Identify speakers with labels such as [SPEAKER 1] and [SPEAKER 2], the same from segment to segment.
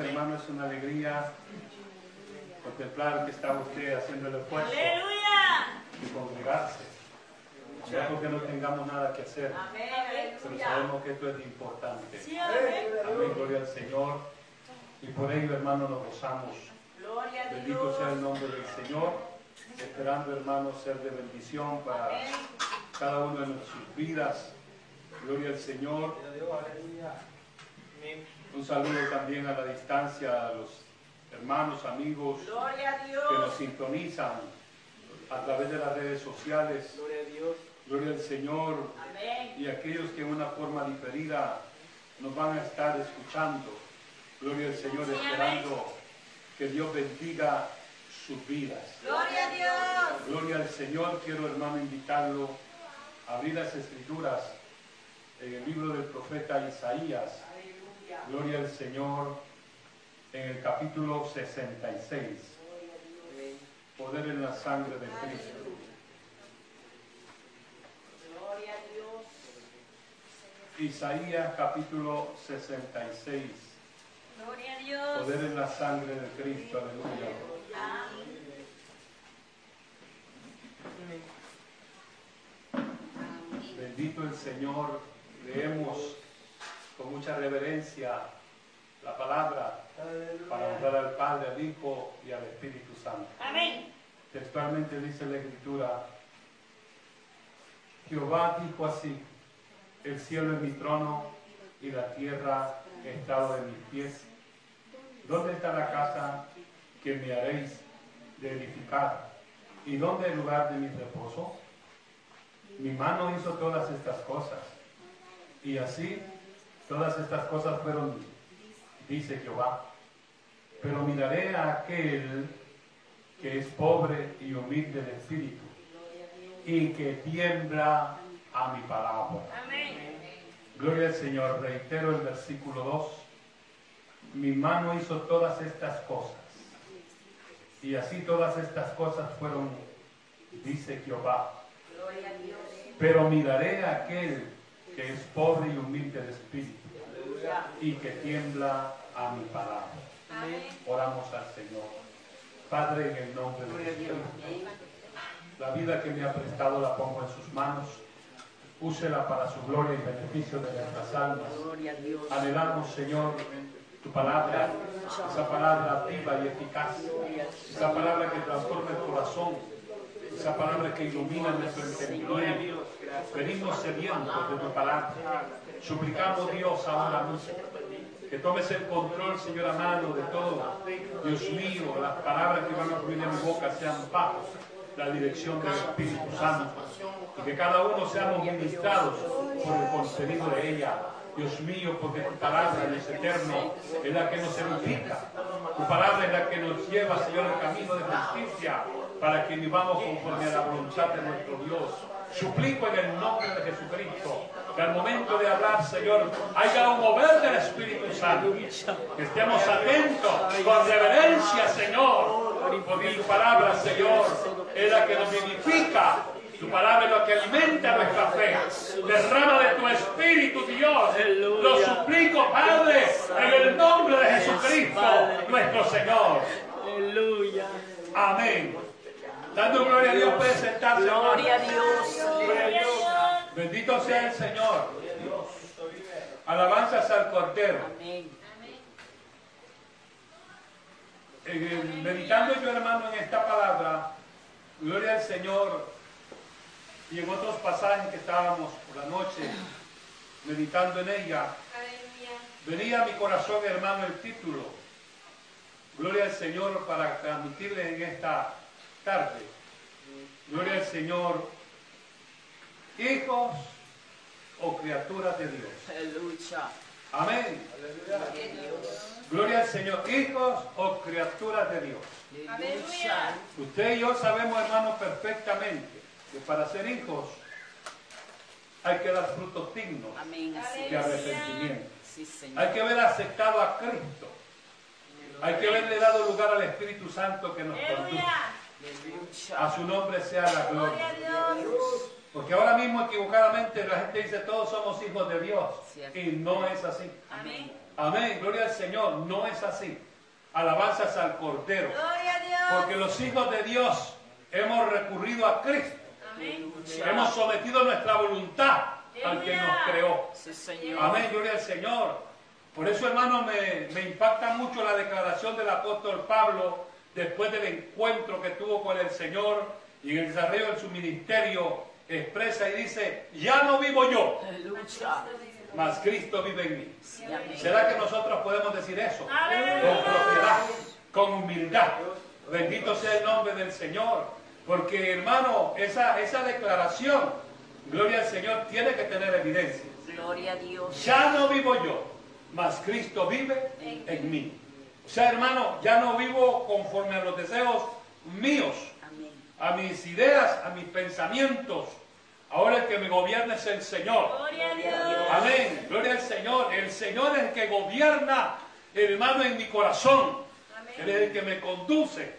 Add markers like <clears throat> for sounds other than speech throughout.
[SPEAKER 1] hermano, es una alegría contemplar que está usted haciendo el esfuerzo
[SPEAKER 2] Aleluya.
[SPEAKER 1] y congregarse. No es porque no tengamos nada que hacer,
[SPEAKER 2] Amén.
[SPEAKER 1] pero
[SPEAKER 2] Aleluya.
[SPEAKER 1] sabemos que esto es importante.
[SPEAKER 2] Sí, amén.
[SPEAKER 1] Amén, gloria al Señor. Y por ello, hermano, nos gozamos.
[SPEAKER 2] Gloria a
[SPEAKER 1] Bendito
[SPEAKER 2] Dios.
[SPEAKER 1] sea el nombre del Señor. Esperando, hermano, ser de bendición para
[SPEAKER 2] Amén.
[SPEAKER 1] cada uno de nuestras vidas. Gloria al Señor. Un saludo también a la distancia a los hermanos, amigos
[SPEAKER 2] Gloria a
[SPEAKER 1] que nos
[SPEAKER 2] Dios.
[SPEAKER 1] sintonizan a través de las redes sociales.
[SPEAKER 3] Gloria a Dios.
[SPEAKER 1] Gloria al Señor.
[SPEAKER 2] Amén.
[SPEAKER 1] y aquellos que en una forma diferida nos van a estar escuchando. Gloria al Señor,
[SPEAKER 2] Sí, amén.
[SPEAKER 1] esperando que Dios bendiga sus vidas.
[SPEAKER 2] Gloria a Dios.
[SPEAKER 1] Gloria al Señor, quiero hermano invitarlo a abrir las escrituras en el libro del profeta Isaías.
[SPEAKER 2] Aleluya.
[SPEAKER 1] Gloria al Señor, en el capítulo 66. Poder en la sangre de Cristo.
[SPEAKER 2] Gloria a Dios.
[SPEAKER 1] Isaías capítulo 66.
[SPEAKER 2] Gloria a Dios.
[SPEAKER 1] Poder en la sangre de Cristo, aleluya.
[SPEAKER 2] Amén.
[SPEAKER 1] Bendito el Señor. Leemos con mucha reverencia la palabra para honrar al Padre, al Hijo y al Espíritu Santo.
[SPEAKER 2] Amén.
[SPEAKER 1] Textualmente dice la Escritura, Jehová dijo así, el cielo es mi trono y la tierra estado de mis pies. ¿Dónde está la casa que me haréis de edificar? ¿Y dónde el lugar de mi reposo? Mi mano hizo todas estas cosas. Y así todas estas cosas fueron, dice Jehová. Pero miraré a aquel que es pobre y humilde de espíritu y que tiembla a mi palabra.
[SPEAKER 2] Amén.
[SPEAKER 1] Gloria al Señor. Reitero el versículo 2. Mi mano hizo todas estas cosas. Y así todas estas cosas fueron, dice Jehová.
[SPEAKER 2] Gloria a Dios.
[SPEAKER 1] Pero miraré a aquel que es pobre y humilde de espíritu y que tiembla a mi palabra.
[SPEAKER 2] Amén.
[SPEAKER 1] Oramos al Señor. Padre, en el nombre de Jesús. La vida que me ha prestado la pongo en sus manos. Úsela para su gloria y beneficio de nuestras almas.
[SPEAKER 3] Gloria a Dios.
[SPEAKER 1] Anhelamos, Señor, tu palabra, esa palabra viva y eficaz, esa palabra que transforma el corazón, esa palabra que ilumina nuestro
[SPEAKER 3] Gloria a
[SPEAKER 1] entendimiento.
[SPEAKER 3] Dios. Gracias.
[SPEAKER 1] Venimos sedientos de tu palabra. Suplicamos, Dios, ahora mismo, que tomes el control, Señor amado, de todo. Dios mío, las palabras que van a fluir de mi boca sean paz, la dirección del Espíritu Santo. Y que cada uno seamos ministrados por el contenido de ella. Dios mío, porque tu palabra, Dios eterno, es la que nos edifica. Tu palabra es la que nos lleva, Señor, al camino de justicia, para que vivamos conforme a la voluntad de nuestro Dios. Suplico en el nombre de Jesucristo que al momento de hablar, Señor, haya un mover del Espíritu Santo. Que estemos atentos con reverencia, Señor, porque tu palabra, Señor, es la que nos vivifica. Tu palabra es la que alimenta nuestra fe. Derrama de tu Espíritu, Dios. Lo suplico, Padre, en el nombre de Jesucristo, nuestro Señor.
[SPEAKER 3] Aleluya.
[SPEAKER 1] Amén. Dando gloria a Dios, puede sentarse. hermano.
[SPEAKER 3] Gloria a Dios.
[SPEAKER 1] Gloria a Dios. Bendito sea el Señor. Alabanzas al Cordero.
[SPEAKER 3] Amén.
[SPEAKER 1] Eh, eh, meditando yo, hermano, en esta palabra, gloria al Señor, y en otros pasajes que estábamos por la noche meditando en ella, venía a mi corazón, hermano, el título, Gloria al Señor, para transmitirles en esta tarde. Gloria al Señor, hijos o criaturas de Dios.
[SPEAKER 3] Aleluya.
[SPEAKER 1] Amén. Gloria al Señor. Hijos o criaturas de Dios.
[SPEAKER 3] Aleluya.
[SPEAKER 1] Usted y yo sabemos, hermano, perfectamente que para ser hijos hay que dar frutos dignos
[SPEAKER 3] Amén. Así
[SPEAKER 1] de
[SPEAKER 3] es.
[SPEAKER 1] arrepentimiento.
[SPEAKER 3] Sí, Señor.
[SPEAKER 1] Hay que haber aceptado a Cristo. Hay que haberle dado lugar al Espíritu Santo que nos conduce.
[SPEAKER 2] Aleluya.
[SPEAKER 3] Aleluya.
[SPEAKER 1] A su nombre sea la
[SPEAKER 2] Gloria
[SPEAKER 1] gloria.
[SPEAKER 2] a Dios.
[SPEAKER 1] Porque ahora mismo equivocadamente la gente dice todos somos hijos de Dios.
[SPEAKER 3] Cierto.
[SPEAKER 1] Y no es así.
[SPEAKER 2] Amén.
[SPEAKER 1] Amén, gloria al Señor, no es así. alabanzas al Cordero.
[SPEAKER 2] Gloria a Dios.
[SPEAKER 1] Porque los hijos de Dios hemos recurrido a Cristo.
[SPEAKER 2] Amén.
[SPEAKER 1] Hemos sometido nuestra voluntad al que nos creó.
[SPEAKER 3] Sí, Señor.
[SPEAKER 1] Amén, gloria al Señor. Por eso, hermano, me, me impacta mucho la declaración del apóstol Pablo después del encuentro que tuvo con el Señor y en el desarrollo de su ministerio. Expresa y dice, ya no vivo yo,
[SPEAKER 3] Aleluya.
[SPEAKER 1] mas Cristo vive en mí.
[SPEAKER 3] Sí, amén.
[SPEAKER 1] ¿Será que nosotros podemos decir eso? Con
[SPEAKER 2] Aleluya.
[SPEAKER 1] propiedad, con humildad. Bendito sea el nombre del Señor. Porque, hermano, esa, esa declaración, gloria al Señor, tiene que tener evidencia.
[SPEAKER 3] Gloria a Dios.
[SPEAKER 1] Ya no vivo yo, mas Cristo vive en mí. O sea, hermano, ya no vivo conforme a los deseos míos,
[SPEAKER 3] Amén.
[SPEAKER 1] a mis ideas, a mis pensamientos. Ahora el que me gobierna es el Señor.
[SPEAKER 2] Gloria a Dios.
[SPEAKER 1] Amén. Gloria al Señor. El Señor es el que gobierna, hermano, en mi corazón. Él es el que me conduce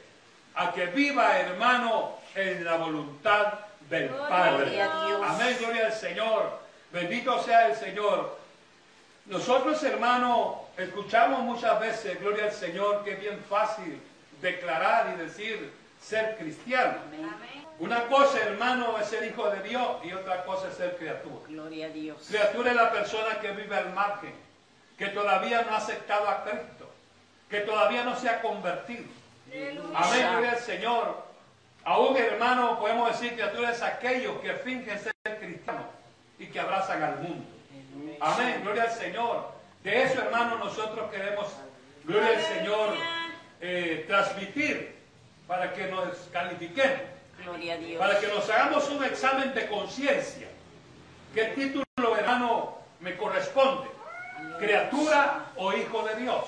[SPEAKER 1] a que viva, hermano, en la voluntad del
[SPEAKER 2] Gloria
[SPEAKER 1] Padre.
[SPEAKER 3] a Dios.
[SPEAKER 1] Amén, gloria al Señor. Bendito sea el Señor. Nosotros, hermano, escuchamos muchas veces, gloria al Señor, que es bien fácil declarar y decir ser cristiano.
[SPEAKER 2] Amén.
[SPEAKER 1] Una cosa, hermano, es ser hijo de Dios y otra cosa es ser criatura.
[SPEAKER 3] Gloria a Dios.
[SPEAKER 1] Criatura es la persona que vive al margen, que todavía no ha aceptado a Cristo, que todavía no se ha convertido. Amén, gloria al Señor. Aún, hermano, podemos decir criaturas aquellos que fingen ser cristianos y que abrazan al mundo. Amén, gloria al Señor. De eso, hermano, nosotros queremos, gloria al Señor, eh, transmitir para que nos califiquemos,
[SPEAKER 3] Gloria a Dios.
[SPEAKER 1] para que nos hagamos un examen de conciencia. ¿Qué título, hermano, me corresponde? ¿Criatura o hijo de Dios?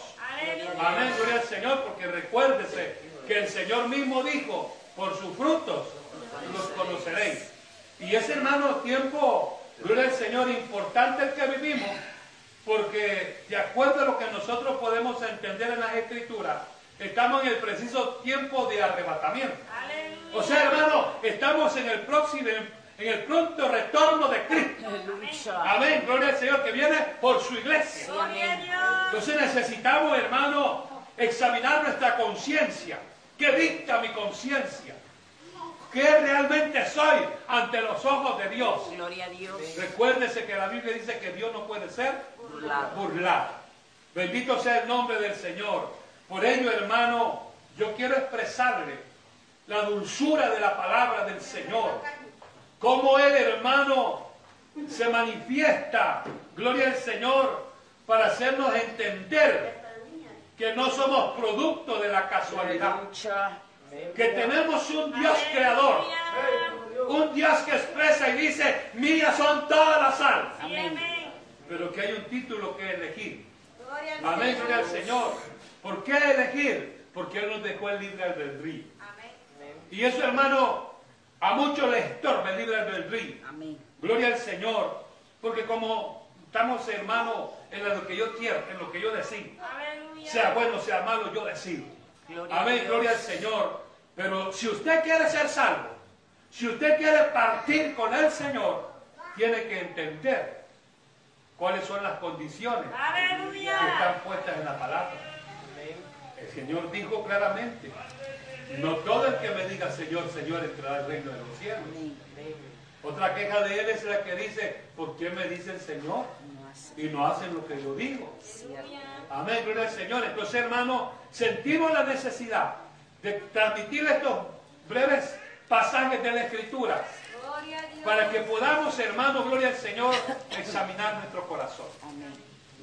[SPEAKER 1] Amén, gloria al Señor, porque recuérdese que el Señor mismo dijo, por sus frutos los conoceréis. Y es, hermano, tiempo, gloria al Señor, importante el que vivimos, porque de acuerdo a lo que nosotros podemos entender en las Escrituras, estamos en el preciso tiempo de arrebatamiento. O sea, hermano, estamos en el próximo, en el pronto retorno de Cristo.
[SPEAKER 3] Aleluya.
[SPEAKER 1] Amén, gloria al Señor, que viene por su iglesia. Entonces necesitamos, hermano, examinar nuestra conciencia. ¿Qué dicta mi conciencia? ¿Qué realmente soy ante los ojos de Dios?
[SPEAKER 3] Gloria a Dios.
[SPEAKER 1] Recuérdese que la Biblia dice que Dios no puede ser
[SPEAKER 3] Burlado.
[SPEAKER 1] burlado. Bendito sea el nombre del Señor. Por ello, hermano, yo quiero expresarle la dulzura de la palabra del Señor. Cómo Él, hermano, se manifiesta, gloria al Señor, para hacernos entender que no somos producto de la casualidad,
[SPEAKER 3] Aleluya.
[SPEAKER 1] que tenemos un Dios creador, un Dios que expresa y dice, mías son todas las almas, pero que hay un título que elegir. Amén, gloria al Señor. ¿Por qué elegir? Porque Él nos dejó el libre albedrío. Y eso, hermano, a muchos les estorba el libre albedrío.
[SPEAKER 3] Amén.
[SPEAKER 1] Gloria al Señor, porque como estamos hermanos en lo que yo quiero, en lo que yo decido, sea bueno, sea malo, yo decido.
[SPEAKER 3] Gloria a
[SPEAKER 1] Amén,
[SPEAKER 3] Dios.
[SPEAKER 1] gloria al Señor. Pero si usted quiere ser salvo, si usted quiere partir con el Señor, tiene que entender cuáles son las condiciones que están puestas en la palabra. El Señor dijo claramente, no todo el que me diga Señor, Señor entrará al reino de los cielos.
[SPEAKER 3] Amén.
[SPEAKER 1] Otra queja de él es la que dice, ¿por qué me dice el Señor?
[SPEAKER 3] No hace
[SPEAKER 1] Y no hacen lo que yo digo.
[SPEAKER 3] cierto.
[SPEAKER 1] Amén, gloria al Señor. Entonces, hermano, sentimos la necesidad de transmitir estos breves pasajes de la Escritura para que podamos, hermano, gloria al Señor, examinar nuestro corazón.
[SPEAKER 3] Amén.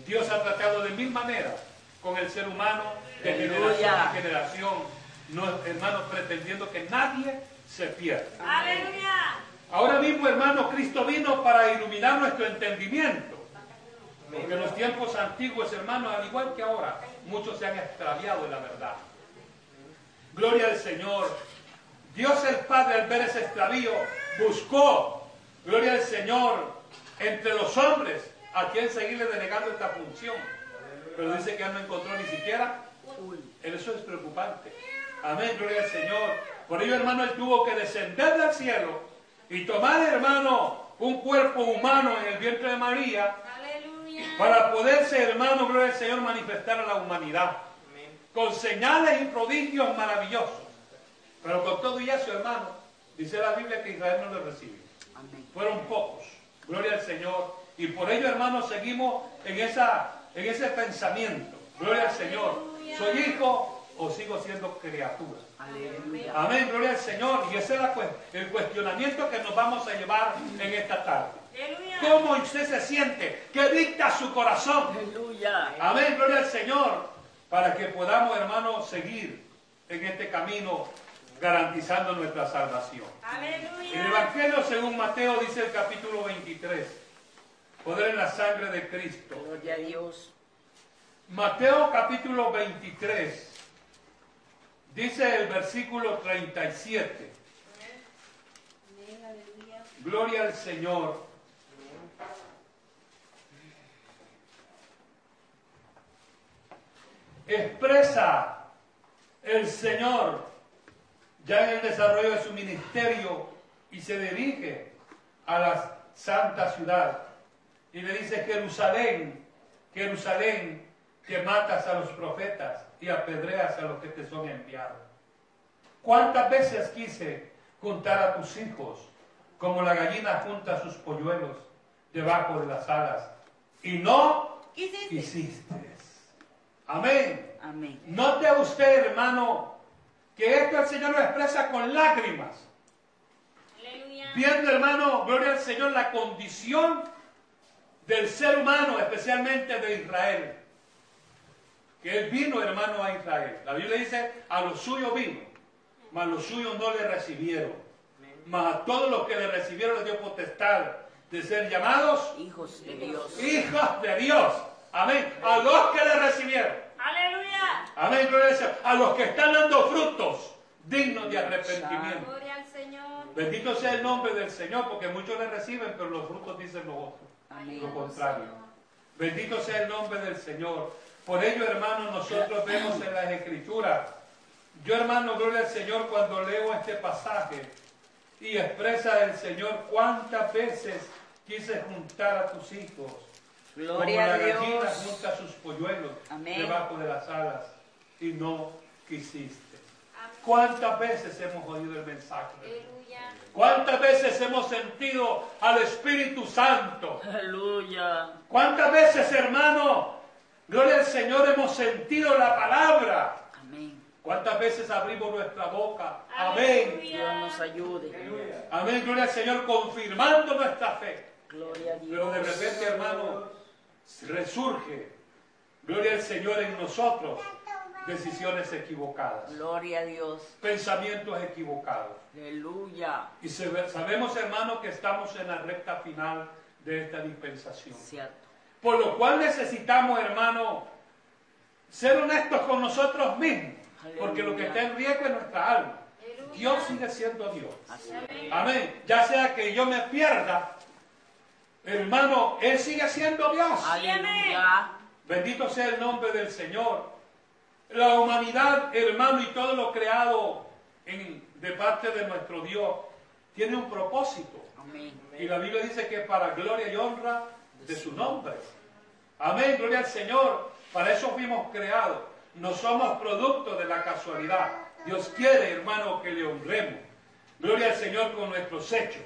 [SPEAKER 1] Dios ha tratado de mil maneras con el ser humano de
[SPEAKER 3] Aleluya.
[SPEAKER 1] generación a generación, no, hermano, pretendiendo que nadie se pierda. Ahora mismo, hermano, Cristo vino para iluminar nuestro entendimiento. Porque en los tiempos antiguos, hermano, al igual que ahora, muchos se han extraviado de la verdad. Gloria al Señor. Dios el Padre, al ver ese extravío, buscó, gloria al Señor, entre los hombres a quien seguirle delegando esta función. Pero dice que él no encontró ni siquiera
[SPEAKER 3] Uy.
[SPEAKER 1] eso es preocupante. Amén, gloria al Señor. Por ello, hermano, él tuvo que descender del cielo y tomar, hermano, un cuerpo humano en el vientre de María para poderse, hermano, gloria al Señor, manifestar a la humanidad. con señales y prodigios maravillosos. Pero con todo y eso, hermano, dice la Biblia que Israel no lo recibió.
[SPEAKER 3] Amén.
[SPEAKER 1] Fueron pocos. Gloria al Señor. Y por ello, hermanos, seguimos en, esa, en ese pensamiento. Gloria al Señor. ¿Soy hijo o sigo siendo criatura?
[SPEAKER 3] Aleluya.
[SPEAKER 1] Amén, gloria al Señor. Y ese es la cues- el cuestionamiento que nos vamos a llevar en esta tarde.
[SPEAKER 2] Aleluya.
[SPEAKER 1] ¿Cómo usted se siente? ¿Qué dicta su corazón?
[SPEAKER 3] Aleluya.
[SPEAKER 1] Amén, gloria al Señor. Para que podamos, hermanos, seguir en este camino garantizando nuestra salvación. En el
[SPEAKER 2] Aleluya.
[SPEAKER 1] Evangelio según Mateo dice el capítulo 23. Poder en la sangre de Cristo.
[SPEAKER 3] Gloria a Dios.
[SPEAKER 1] Mateo capítulo 23, dice el versículo 37. Gloria al Señor. Expresa el Señor ya en el desarrollo de su ministerio y se dirige a la santa ciudad y le dice Jerusalén, Jerusalén, que matas a los profetas y apedreas a los que te son enviados. ¿Cuántas veces quise juntar a tus hijos como la gallina junta sus polluelos debajo de las alas? Y no
[SPEAKER 2] Quisiste.
[SPEAKER 1] hiciste. Amén.
[SPEAKER 3] Amén.
[SPEAKER 1] Note usted, hermano, que esto el Señor lo expresa con lágrimas.
[SPEAKER 2] Aleluya.
[SPEAKER 1] Viendo, hermano, gloria al Señor, la condición del ser humano, especialmente de Israel. Que él vino, hermano, a Israel. La Biblia dice, a los suyos vino, mas los suyos no le recibieron. Mas a todos los que le recibieron les dio potestad de ser llamados
[SPEAKER 3] Hijos de Dios.
[SPEAKER 1] hijos de Dios. Amén. A los que le recibieron.
[SPEAKER 2] Aleluya.
[SPEAKER 1] Amén, gloria al Señor. A los que están dando frutos dignos de arrepentimiento.
[SPEAKER 2] Gloria al Señor.
[SPEAKER 1] Bendito sea el nombre del Señor, porque muchos le reciben, pero los frutos dicen los otros. Lo
[SPEAKER 3] Amén.
[SPEAKER 1] contrario. Bendito sea el nombre del Señor. Por ello, hermanos, nosotros vemos en las Escrituras. Yo, hermano, gloria al Señor cuando leo este pasaje y expresa el Señor cuántas veces quise juntar a tus hijos.
[SPEAKER 3] Gloria a
[SPEAKER 1] como la gallina
[SPEAKER 3] Dios.
[SPEAKER 1] junta sus polluelos
[SPEAKER 3] Amén.
[SPEAKER 1] debajo de las alas y no quisiste.
[SPEAKER 2] Amén. Eh,
[SPEAKER 1] ¿Cuántas veces hemos oído el mensaje?
[SPEAKER 2] Aleluya.
[SPEAKER 1] ¿Cuántas veces hemos sentido al Espíritu Santo?
[SPEAKER 3] Aleluya.
[SPEAKER 1] ¿Cuántas veces, hermano, gloria al Señor, hemos sentido la palabra?
[SPEAKER 3] Amén.
[SPEAKER 1] ¿Cuántas veces abrimos nuestra boca? Amén.
[SPEAKER 3] Dios
[SPEAKER 2] Aleluya.
[SPEAKER 3] nos ayude.
[SPEAKER 1] Amén, gloria al Señor, confirmando nuestra fe.
[SPEAKER 3] Gloria a
[SPEAKER 1] Pero de
[SPEAKER 3] Dios.
[SPEAKER 1] repente, hermano, resurge, gloria al Señor en nosotros, decisiones equivocadas,
[SPEAKER 3] Gloria a Dios.
[SPEAKER 1] pensamientos equivocados.
[SPEAKER 3] Aleluya.
[SPEAKER 1] Y se ve- sabemos, hermano, que estamos en la recta final de esta dispensación.
[SPEAKER 3] Cierto.
[SPEAKER 1] Por lo cual necesitamos, hermano, ser honestos con nosotros mismos, porque lo que está en riesgo es nuestra alma. Dios sigue siendo Dios. Amén. Ya sea que yo me pierda, hermano, Él sigue siendo Dios.
[SPEAKER 3] Aleluya.
[SPEAKER 1] Bendito sea el nombre del Señor. La humanidad, hermano, y todo lo creado en- de parte de nuestro Dios tiene un propósito.
[SPEAKER 3] Amén.
[SPEAKER 1] Y la Biblia dice que para gloria y honra de su nombre. Amén, gloria al Señor. Para eso fuimos creados. No somos producto de la casualidad. Dios quiere, hermano, que le honremos. Gloria al Señor con nuestros hechos.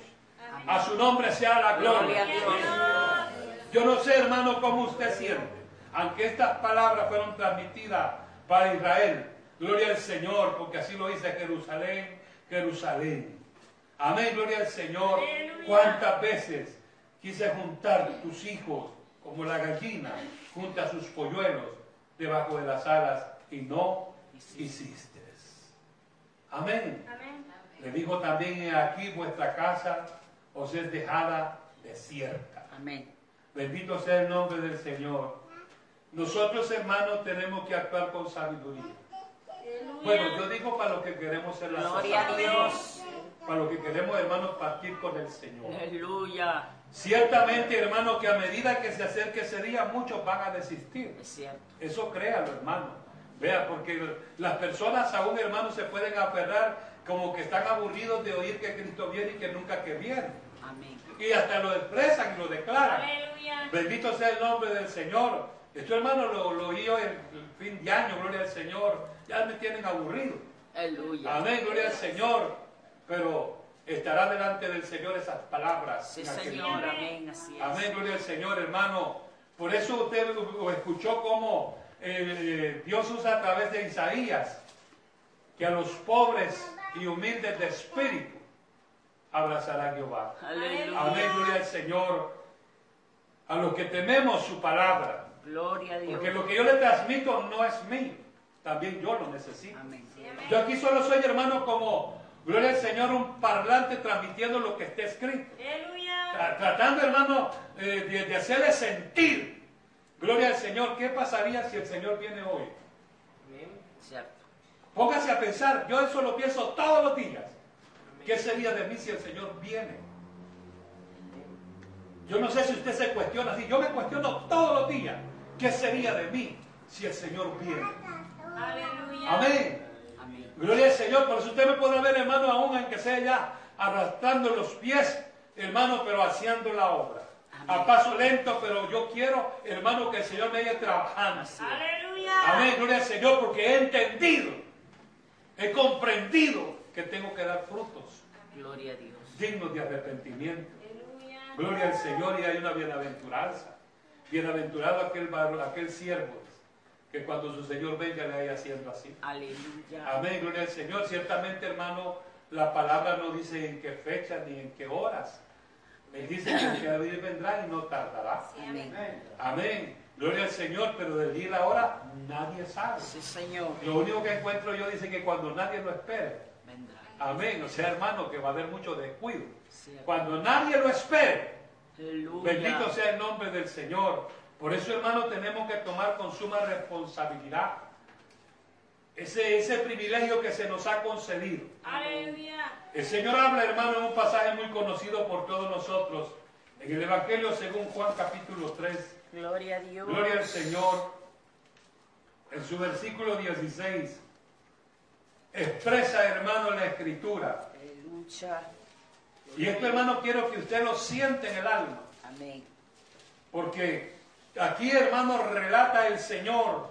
[SPEAKER 1] A su nombre sea la
[SPEAKER 3] Gloria a
[SPEAKER 1] gloria.
[SPEAKER 3] Dios.
[SPEAKER 1] Yo no sé, hermano, cómo usted siente. Aunque estas palabras fueron transmitidas para Israel. Gloria al Señor, porque así lo dice Jerusalén, Jerusalén. Amén, gloria al Señor.
[SPEAKER 2] Aleluya.
[SPEAKER 1] ¿Cuántas veces quise juntar tus hijos como la gallina junta sus polluelos debajo de las alas y no hiciste? Amén.
[SPEAKER 2] Amén.
[SPEAKER 1] Le dijo también, "He aquí vuestra casa os es dejada desierta.
[SPEAKER 3] Amén.
[SPEAKER 1] Bendito sea el nombre del Señor. Nosotros, hermanos, tenemos que actuar con sabiduría. Bueno, yo digo para los que queremos ser la
[SPEAKER 3] Gloria a Dios.
[SPEAKER 1] para los que queremos, hermanos, partir con el Señor.
[SPEAKER 3] Aleluya.
[SPEAKER 1] Ciertamente, hermano, que a medida que se acerque ese día, muchos van a desistir.
[SPEAKER 3] Es cierto.
[SPEAKER 1] Eso créalo, hermano. Vea, porque las personas aún, hermano, se pueden aferrar como que están aburridos de oír que Cristo viene y que nunca que viene.
[SPEAKER 3] Amén.
[SPEAKER 1] Y hasta lo expresan y lo declaran.
[SPEAKER 2] Aleluya.
[SPEAKER 1] Bendito sea el nombre del Señor. Esto, hermano, lo, lo oí hoy el fin de año, gloria al Señor. Ya me tienen aburrido.
[SPEAKER 3] Aleluya.
[SPEAKER 1] Amén, gloria al Señor. Pero estará delante del Señor esas palabras.
[SPEAKER 3] Sí,
[SPEAKER 1] en aquel
[SPEAKER 3] Señor.
[SPEAKER 1] día.
[SPEAKER 3] Amén. Así es.
[SPEAKER 1] Amén, gloria al Señor, hermano. Por eso usted lo- lo escuchó como eh, Dios usa a través de Isaías, que a los pobres y humildes de espíritu abrazará Jehová. Amén,
[SPEAKER 3] Aleluya.
[SPEAKER 1] gloria al Señor. A los que tememos su palabra.
[SPEAKER 3] Gloria a
[SPEAKER 1] Porque lo
[SPEAKER 3] Dios.
[SPEAKER 1] que yo le transmito no es mío. También yo lo necesito.
[SPEAKER 3] Amén.
[SPEAKER 1] Yo aquí solo soy, hermano, como, gloria al Señor, un parlante transmitiendo lo que está escrito.
[SPEAKER 2] Aleluya.
[SPEAKER 1] Tra- Tratando, hermano, eh, de, de hacerle sentir. Gloria al Señor. ¿Qué pasaría si el Señor viene hoy?
[SPEAKER 3] Cierto.
[SPEAKER 1] Póngase a pensar. Yo eso lo pienso todos los días. ¿Qué sería de mí si el Señor viene? Yo no sé si usted se cuestiona así. Yo me cuestiono todos los días. ¿Qué sería de mí si el Señor viene?
[SPEAKER 2] Aleluya.
[SPEAKER 1] Amén.
[SPEAKER 3] Amén.
[SPEAKER 1] Gloria al Señor, por eso usted me podrá ver, hermano, aún aunque sea ya arrastrando los pies, hermano, pero haciendo la obra. A paso lento, pero yo quiero, hermano, que el Señor me haya trabajando.
[SPEAKER 2] Aleluya.
[SPEAKER 1] Amén, gloria al Señor, porque he entendido, he comprendido que tengo que dar frutos
[SPEAKER 3] Gloria a Dios.
[SPEAKER 1] dignos de arrepentimiento.
[SPEAKER 2] Aleluya.
[SPEAKER 1] Gloria al Señor y hay una bienaventuranza. Bienaventurado aquel, varón- aquel siervo que cuando su Señor venga le haya haciendo así.
[SPEAKER 3] Aleluya.
[SPEAKER 1] Amén, gloria al Señor. Ciertamente, hermano, la palabra no dice en qué fecha ni en qué horas. Él dice que el día vendrá y no tardará.
[SPEAKER 2] Sí, amén.
[SPEAKER 1] Amén, gloria al Señor, pero del día y la hora nadie sabe.
[SPEAKER 3] Sí, Señor.
[SPEAKER 1] Lo único que encuentro yo dice que cuando nadie lo espere,
[SPEAKER 3] Vendrá.
[SPEAKER 1] amén, o sea, hermano, que va a haber mucho descuido.
[SPEAKER 3] Cierto.
[SPEAKER 1] Cuando nadie lo espere, Bendito
[SPEAKER 3] Aleluya.
[SPEAKER 1] sea el nombre del Señor. Por eso, hermano, tenemos que tomar con suma responsabilidad ese, ese privilegio que se nos ha concedido.
[SPEAKER 2] Aleluya.
[SPEAKER 1] El Señor habla, hermano, en un pasaje muy conocido por todos nosotros, en el Evangelio según Juan capítulo 3.
[SPEAKER 3] Gloria a Dios.
[SPEAKER 1] Gloria al Señor. En su versículo 16 expresa, hermano, la escritura.
[SPEAKER 3] Aleluya.
[SPEAKER 1] Y esto, hermano, quiero que usted lo sienta en el alma.
[SPEAKER 3] Amén.
[SPEAKER 1] Porque aquí, hermano, relata el Señor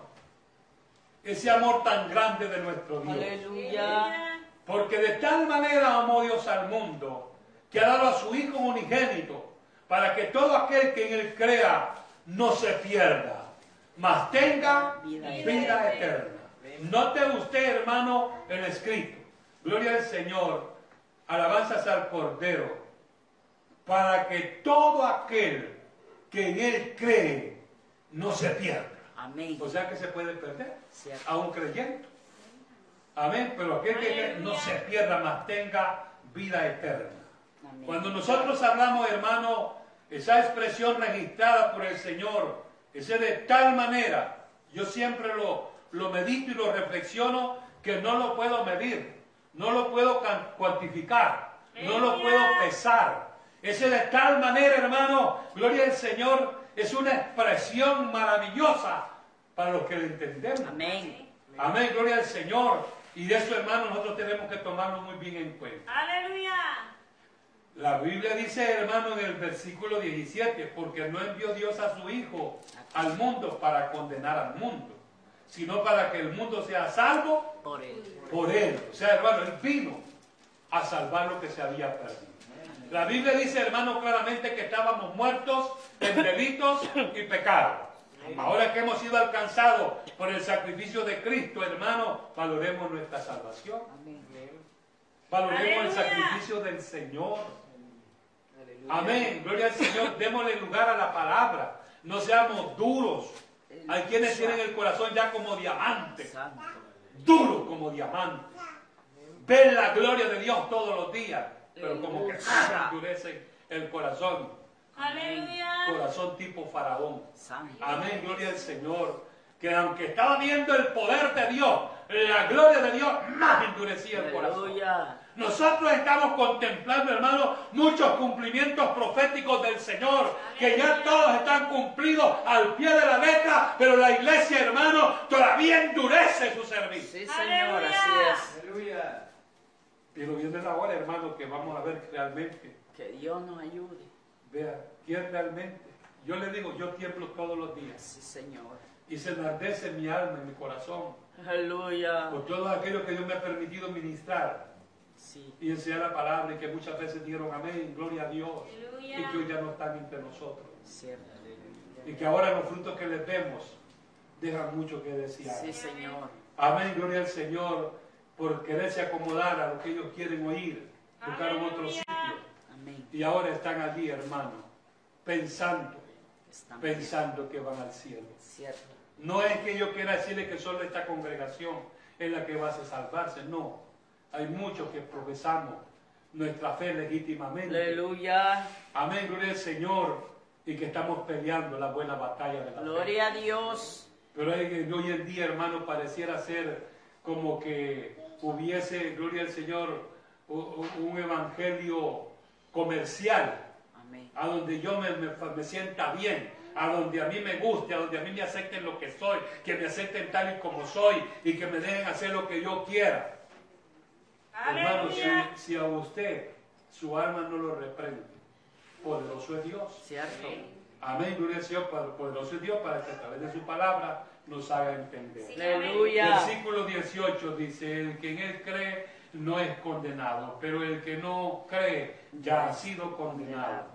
[SPEAKER 1] ese amor tan grande de nuestro Dios.
[SPEAKER 3] Aleluya.
[SPEAKER 1] Porque de tal manera amó Dios al mundo que ha dado a su Hijo unigénito para que todo aquel que en él crea no se pierda, mas tenga
[SPEAKER 3] Vida
[SPEAKER 1] vida eterna. Note usted, hermano, el escrito. Gloria al Señor, alabanzas al Cordero, para que todo aquel que en él cree no se pierda.
[SPEAKER 3] Amén.
[SPEAKER 1] O sea que se puede perder
[SPEAKER 3] Cierto.
[SPEAKER 1] a un creyente. Amén, pero aquel que cree no se pierda, más tenga vida eterna.
[SPEAKER 3] Amén.
[SPEAKER 1] Cuando nosotros hablamos, hermano, esa expresión registrada por el Señor, ese de tal manera, yo siempre lo, lo medito y lo reflexiono que no lo puedo medir, no lo puedo can- cuantificar, no lo puedo pesar. Ese de tal manera, hermano, gloria al Señor, es una expresión maravillosa para los que lo entendemos.
[SPEAKER 3] Amén.
[SPEAKER 1] Amén, gloria al Señor. Y de eso, hermano, nosotros tenemos que tomarlo muy bien en cuenta.
[SPEAKER 2] Aleluya.
[SPEAKER 1] La Biblia dice, hermano, en el versículo 17, porque no envió Dios a su Hijo al mundo para condenar al mundo, sino para que el mundo sea salvo
[SPEAKER 3] Por él.
[SPEAKER 1] por él. O sea, hermano, él vino a salvar lo que se había perdido. La Biblia dice, hermano, claramente que estábamos muertos en delitos y pecados. Ahora que hemos sido alcanzados por el sacrificio de Cristo, hermano, valoremos nuestra salvación.
[SPEAKER 3] Amén.
[SPEAKER 1] Valoremos el
[SPEAKER 2] Aleluya.
[SPEAKER 1] sacrificio del Señor. Amén. Gloria al Señor. Démosle lugar a la palabra. No seamos duros. Hay quienes tienen el corazón ya como diamante.
[SPEAKER 3] Santo.
[SPEAKER 1] Duro como diamante. Ven la gloria de Dios todos los días. Pero como que se endurece el corazón.
[SPEAKER 2] Aleluya.
[SPEAKER 1] Corazón tipo faraón.
[SPEAKER 3] Santo.
[SPEAKER 1] Amén. Gloria al Señor. Que aunque estaba viendo el poder de Dios, la gloria de Dios más endurecía el corazón.
[SPEAKER 3] Aleluya.
[SPEAKER 1] Nosotros estamos contemplando, hermano, muchos cumplimientos proféticos del Señor, que ya todos están cumplidos al pie de la letra, pero la iglesia, hermano, todavía endurece su servicio.
[SPEAKER 3] Sí, Señor. Así es.
[SPEAKER 4] Aleluya.
[SPEAKER 1] Pero viene la hora, hermano, que vamos a ver realmente,
[SPEAKER 3] Que Dios nos ayude.
[SPEAKER 1] vea, quién realmente Yo le digo, yo tiemblo todos los días.
[SPEAKER 3] Sí, Señor.
[SPEAKER 1] Y se enardece mi alma y mi corazón
[SPEAKER 3] Aleluya.
[SPEAKER 1] por todos aquellos que Dios me ha permitido ministrar
[SPEAKER 3] Sí.
[SPEAKER 1] y enseñar la palabra y que muchas veces dijeron amén, gloria a Dios. Y que hoy
[SPEAKER 2] Aleluya.
[SPEAKER 1] ya no están entre nosotros.
[SPEAKER 3] Cierto.
[SPEAKER 1] Y que ahora los frutos que les demos dejan mucho que desear.
[SPEAKER 3] Sí, Señor.
[SPEAKER 1] Amén, gloria al Señor, por quererse acomodar a lo que ellos quieren oír. Buscaron otro
[SPEAKER 2] Aleluya.
[SPEAKER 1] sitio
[SPEAKER 3] Amén.
[SPEAKER 1] y ahora están allí, hermano, pensando,
[SPEAKER 3] Estamos.
[SPEAKER 1] pensando que van al cielo.
[SPEAKER 3] Cierto.
[SPEAKER 1] No es que yo quiera decirle que solo esta congregación es la que va a salvarse, no. Hay muchos que profesamos nuestra fe legítimamente.
[SPEAKER 3] Aleluya.
[SPEAKER 1] Amén, gloria al Señor, y que estamos peleando la buena batalla de la fe.
[SPEAKER 3] Gloria a Dios.
[SPEAKER 1] Pero hay que- hoy en día, hermano, pareciera ser como que hubiese, gloria al Señor, u- u- un evangelio comercial,
[SPEAKER 3] Amén.
[SPEAKER 1] a donde yo me, me fa- me sienta bien, a donde a mí me guste, a donde a mí me acepten lo que soy, que me acepten tal y como soy y que me dejen hacer lo que yo quiera. Hermano, si,
[SPEAKER 2] Aleluya.
[SPEAKER 1] si a usted su alma no lo reprende, poderoso es Dios.
[SPEAKER 3] Cierto.
[SPEAKER 1] Amén, gloria al Señor, por- poderoso es Dios, para que a través de su palabra nos haga entender.
[SPEAKER 2] Sí.
[SPEAKER 3] Aleluya.
[SPEAKER 1] Versículo 18 dice, el que en él cree no es condenado, pero el que no cree ya ha sido condenado,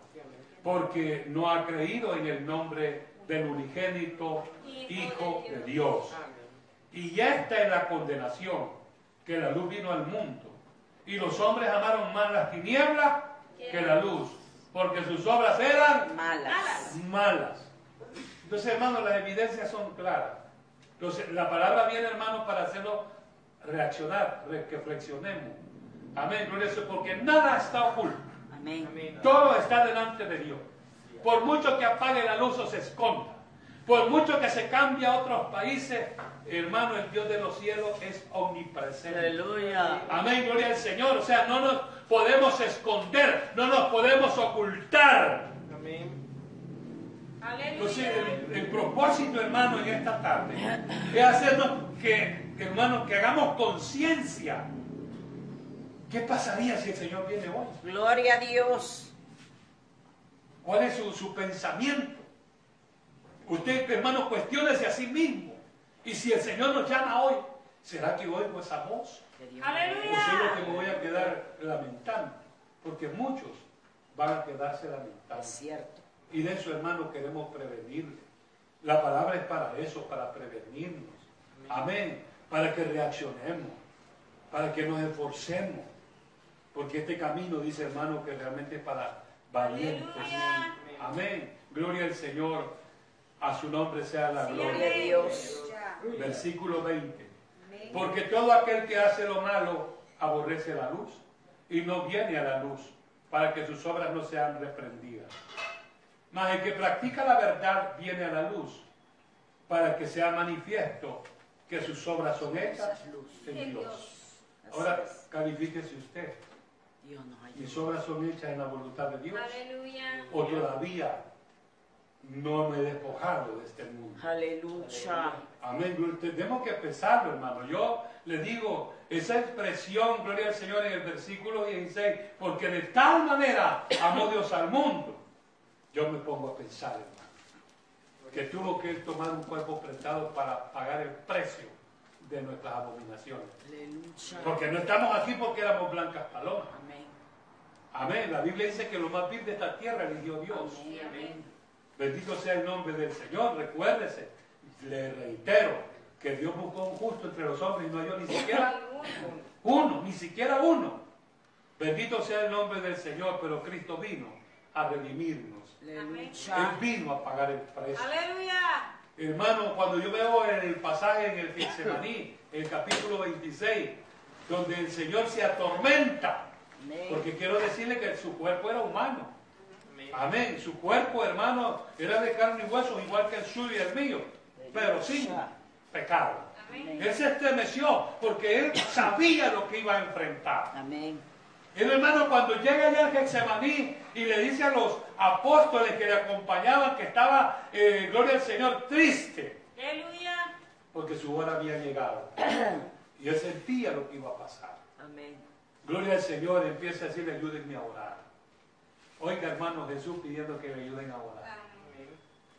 [SPEAKER 1] porque no ha creído en el nombre del unigénito Hijo de Dios. Y ya está en la condenación, que la luz vino al mundo, y los hombres amaron más las tinieblas que la luz, porque sus obras eran
[SPEAKER 3] Malas.
[SPEAKER 1] malas. Entonces, hermano, las evidencias son claras. Entonces, la palabra viene, hermano, para hacerlo reaccionar, re- que reflexionemos. Amén, gloria a Dios, porque nada está oculto.
[SPEAKER 3] Amén.
[SPEAKER 1] Todo está delante de Dios. Por mucho que apague la luz o se esconda, por mucho que se cambie a otros países, hermano, el Dios de los cielos es omnipresente.
[SPEAKER 3] Aleluya.
[SPEAKER 1] Amén, gloria al Señor. O sea, no nos podemos esconder, no nos podemos ocultar. Entonces, el, el propósito, hermano, en esta tarde es hacernos que, hermano, que hagamos conciencia. ¿Qué pasaría si el Señor viene hoy?
[SPEAKER 3] Gloria a Dios.
[SPEAKER 1] ¿Cuál es su, su pensamiento? Usted, hermano, cuestiónese a sí mismo. Y si el Señor nos llama hoy, ¿será que oigo esa voz?
[SPEAKER 3] Que Dios
[SPEAKER 1] O
[SPEAKER 2] Aleluya.
[SPEAKER 1] solo que me voy a quedar lamentando. Porque muchos van a quedarse lamentando.
[SPEAKER 3] Es cierto.
[SPEAKER 1] Y de eso, hermano, queremos prevenirle. La palabra es para eso, para prevenirnos. Amén. Para que reaccionemos, para que nos esforcemos. Porque este camino, dice hermano, que realmente es para valientes.
[SPEAKER 2] Aleluya.
[SPEAKER 1] Amén. Gloria al Señor. A su nombre sea la
[SPEAKER 3] Gloria
[SPEAKER 1] gloria.
[SPEAKER 3] a Dios.
[SPEAKER 1] Versículo 20. Porque todo aquel que hace lo malo aborrece la luz y no viene a la luz para que sus obras no sean reprendidas. Mas el que practica la verdad viene a la luz para que sea manifiesto que sus obras son hechas en Dios. Ahora
[SPEAKER 3] Así es.
[SPEAKER 1] califíquese usted.
[SPEAKER 3] Dios nos
[SPEAKER 1] ¿Mis
[SPEAKER 3] ayude.
[SPEAKER 1] obras son hechas en la voluntad de Dios?
[SPEAKER 2] Aleluya.
[SPEAKER 1] ¿O todavía no me he despojado de este mundo?
[SPEAKER 3] Aleluya.
[SPEAKER 1] Amén. Gloria- Tenemos que pesarlo, hermano. Yo le digo, esa expresión, gloria al Señor, en el versículo 16, porque de tal manera amó Dios al mundo. Yo me pongo a pensar, hermano, que tuvo que Él tomar un cuerpo prestado para pagar el precio de nuestras abominaciones.
[SPEAKER 3] Aleluya.
[SPEAKER 1] Porque no estamos aquí porque éramos blancas palomas.
[SPEAKER 3] Amén.
[SPEAKER 1] Amén. La Biblia dice que lo más vil de esta tierra eligió Dios.
[SPEAKER 3] Amén. Amén.
[SPEAKER 1] Bendito sea el nombre del Señor. Recuérdese, le reitero que Dios buscó un justo entre los hombres y no halló ni siquiera uno, ni siquiera uno. Bendito sea el nombre del Señor, pero Cristo vino a redimirnos. Él
[SPEAKER 3] Aleluya.
[SPEAKER 1] vino a pagar el precio.
[SPEAKER 2] Aleluya.
[SPEAKER 1] Hermano, cuando yo veo en el pasaje en el Getsemaní, el capítulo 26, donde el Señor se atormenta,
[SPEAKER 3] Amén.
[SPEAKER 1] porque quiero decirle que su cuerpo era humano. Amén. Su cuerpo, hermano, era de carne y huesos, igual que el suyo y el mío, pero sin pecado.
[SPEAKER 2] Amén.
[SPEAKER 1] Él se estremeció porque él sabía lo que iba a enfrentar.
[SPEAKER 3] Amén.
[SPEAKER 1] El hermano, cuando llega allá al Getsemaní y le dice a los apóstoles que le acompañaban que estaba, eh, gloria al Señor, triste
[SPEAKER 2] Aleluya.
[SPEAKER 1] porque su hora había llegado. Y él sentía lo que iba a pasar.
[SPEAKER 3] Amén.
[SPEAKER 1] Gloria al Señor, empieza a decirle, ayúdenme a orar. Oiga, hermano, Jesús pidiendo que le ayuden a orar.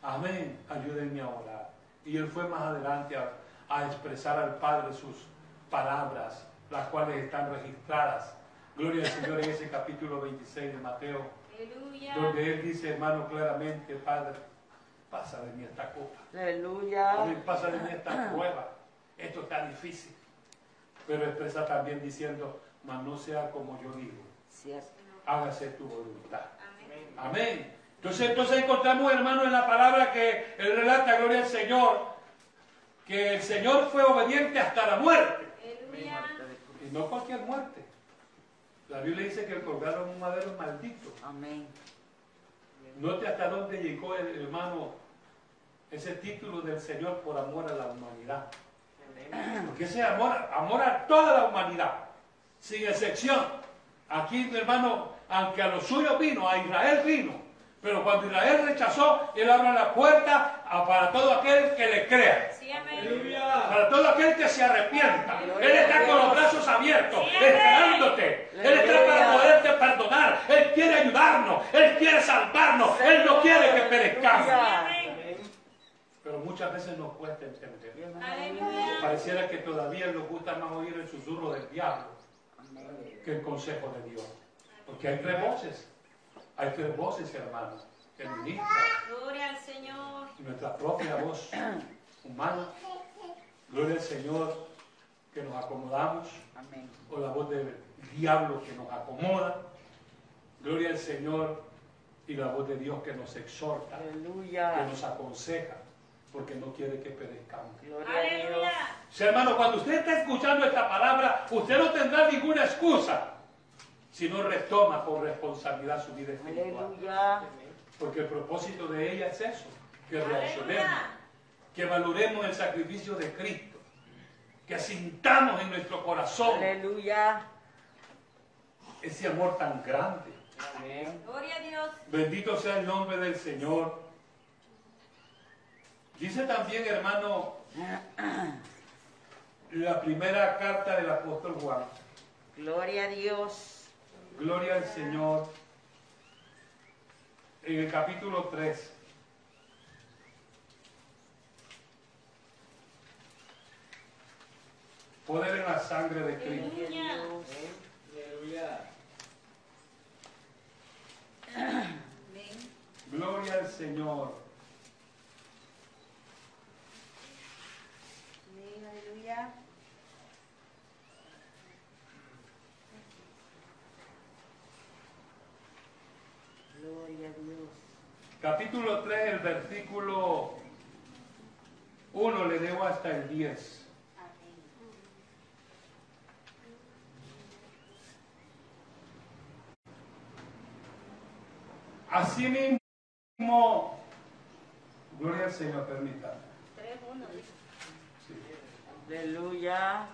[SPEAKER 2] Amén.
[SPEAKER 1] amén, ayúdenme a orar. Y él fue más adelante a, a expresar al Padre sus palabras, las cuales están registradas. Gloria al Señor en ese capítulo 26 de Mateo,
[SPEAKER 2] Aleluya.
[SPEAKER 1] donde él dice, hermano, claramente, Padre, pasa de mí esta copa.
[SPEAKER 3] Aleluya.
[SPEAKER 1] Amén, pasa de mí esta prueba. Esto está difícil. Pero expresa también diciendo, mas no sea como yo digo,
[SPEAKER 3] Cierto.
[SPEAKER 1] hágase tu voluntad.
[SPEAKER 2] Amén.
[SPEAKER 1] Amén. Entonces, entonces encontramos, hermano, en la palabra que él relata, gloria al Señor, que el Señor fue obediente hasta la muerte.
[SPEAKER 2] Aleluya.
[SPEAKER 1] Y no cualquier muerte. La Biblia dice que colgaron un madero maldito.
[SPEAKER 3] Amén.
[SPEAKER 1] Note hasta dónde llegó, el hermano, ese título del Señor por amor a la humanidad. Porque ese amor, amor a toda la humanidad, sin excepción. Aquí, mi hermano, aunque a los suyos vino, a Israel vino, pero cuando Israel rechazó, él abre la puerta a- para todo aquel que le crea.
[SPEAKER 2] Sí, amén.
[SPEAKER 4] Aleluya.
[SPEAKER 1] Para todo aquel que se arrepienta, Él está con los brazos abiertos, esperándote. Él está para poderte perdonar. Él quiere ayudarnos, Él quiere salvarnos, Él no quiere que perezcamos.
[SPEAKER 2] Amén.
[SPEAKER 1] Pero muchas veces nos cuesta entender.
[SPEAKER 3] Dios nos
[SPEAKER 2] Aleluya.
[SPEAKER 1] Pareciera que todavía nos gusta más oír el susurro del diablo
[SPEAKER 3] Amén.
[SPEAKER 1] que el consejo de Dios. Porque hay tres voces. Hay tres voces, hermanos. El ministra,
[SPEAKER 2] Gloria al Señor.
[SPEAKER 1] nuestra propia voz humana. Gloria al Señor que nos acomodamos.
[SPEAKER 3] Amén.
[SPEAKER 1] O la voz del diablo que nos acomoda. Gloria al Señor y la voz de Dios que nos exhorta, que
[SPEAKER 3] Aleluya.
[SPEAKER 1] nos aconseja, porque no quiere que perezcamos.
[SPEAKER 3] Gloria a Dios.
[SPEAKER 2] Aleluya.
[SPEAKER 1] Sí, hermano, cuando usted está escuchando esta palabra, usted no tendrá ninguna excusa si no retoma con responsabilidad su vida espiritual.
[SPEAKER 3] Aleluya.
[SPEAKER 1] Porque el propósito de ella es eso, que reaccionemos,
[SPEAKER 2] Aleluya.
[SPEAKER 1] que valoremos el sacrificio de Cristo, que sintamos en nuestro corazón
[SPEAKER 3] Aleluya.
[SPEAKER 1] ese amor tan grande.
[SPEAKER 3] Amén.
[SPEAKER 2] Gloria a Dios.
[SPEAKER 1] Bendito sea el nombre del Señor. Dice también, hermano, la primera carta del apóstol Juan.
[SPEAKER 3] Gloria a Dios.
[SPEAKER 1] Gloria al Señor. En el capítulo 3. Poder en la sangre de Cristo.
[SPEAKER 3] Gloria a Dios.
[SPEAKER 4] Aleluya.
[SPEAKER 2] Amén.
[SPEAKER 1] Gloria al Señor.
[SPEAKER 2] Aleluya.
[SPEAKER 3] Gloria a Dios.
[SPEAKER 1] Capítulo 3, el versículo 1 le debo hasta el 10. Asimismo, gloria al Señor, permítame.
[SPEAKER 2] Tres, uno.
[SPEAKER 1] Sí.
[SPEAKER 3] Aleluya.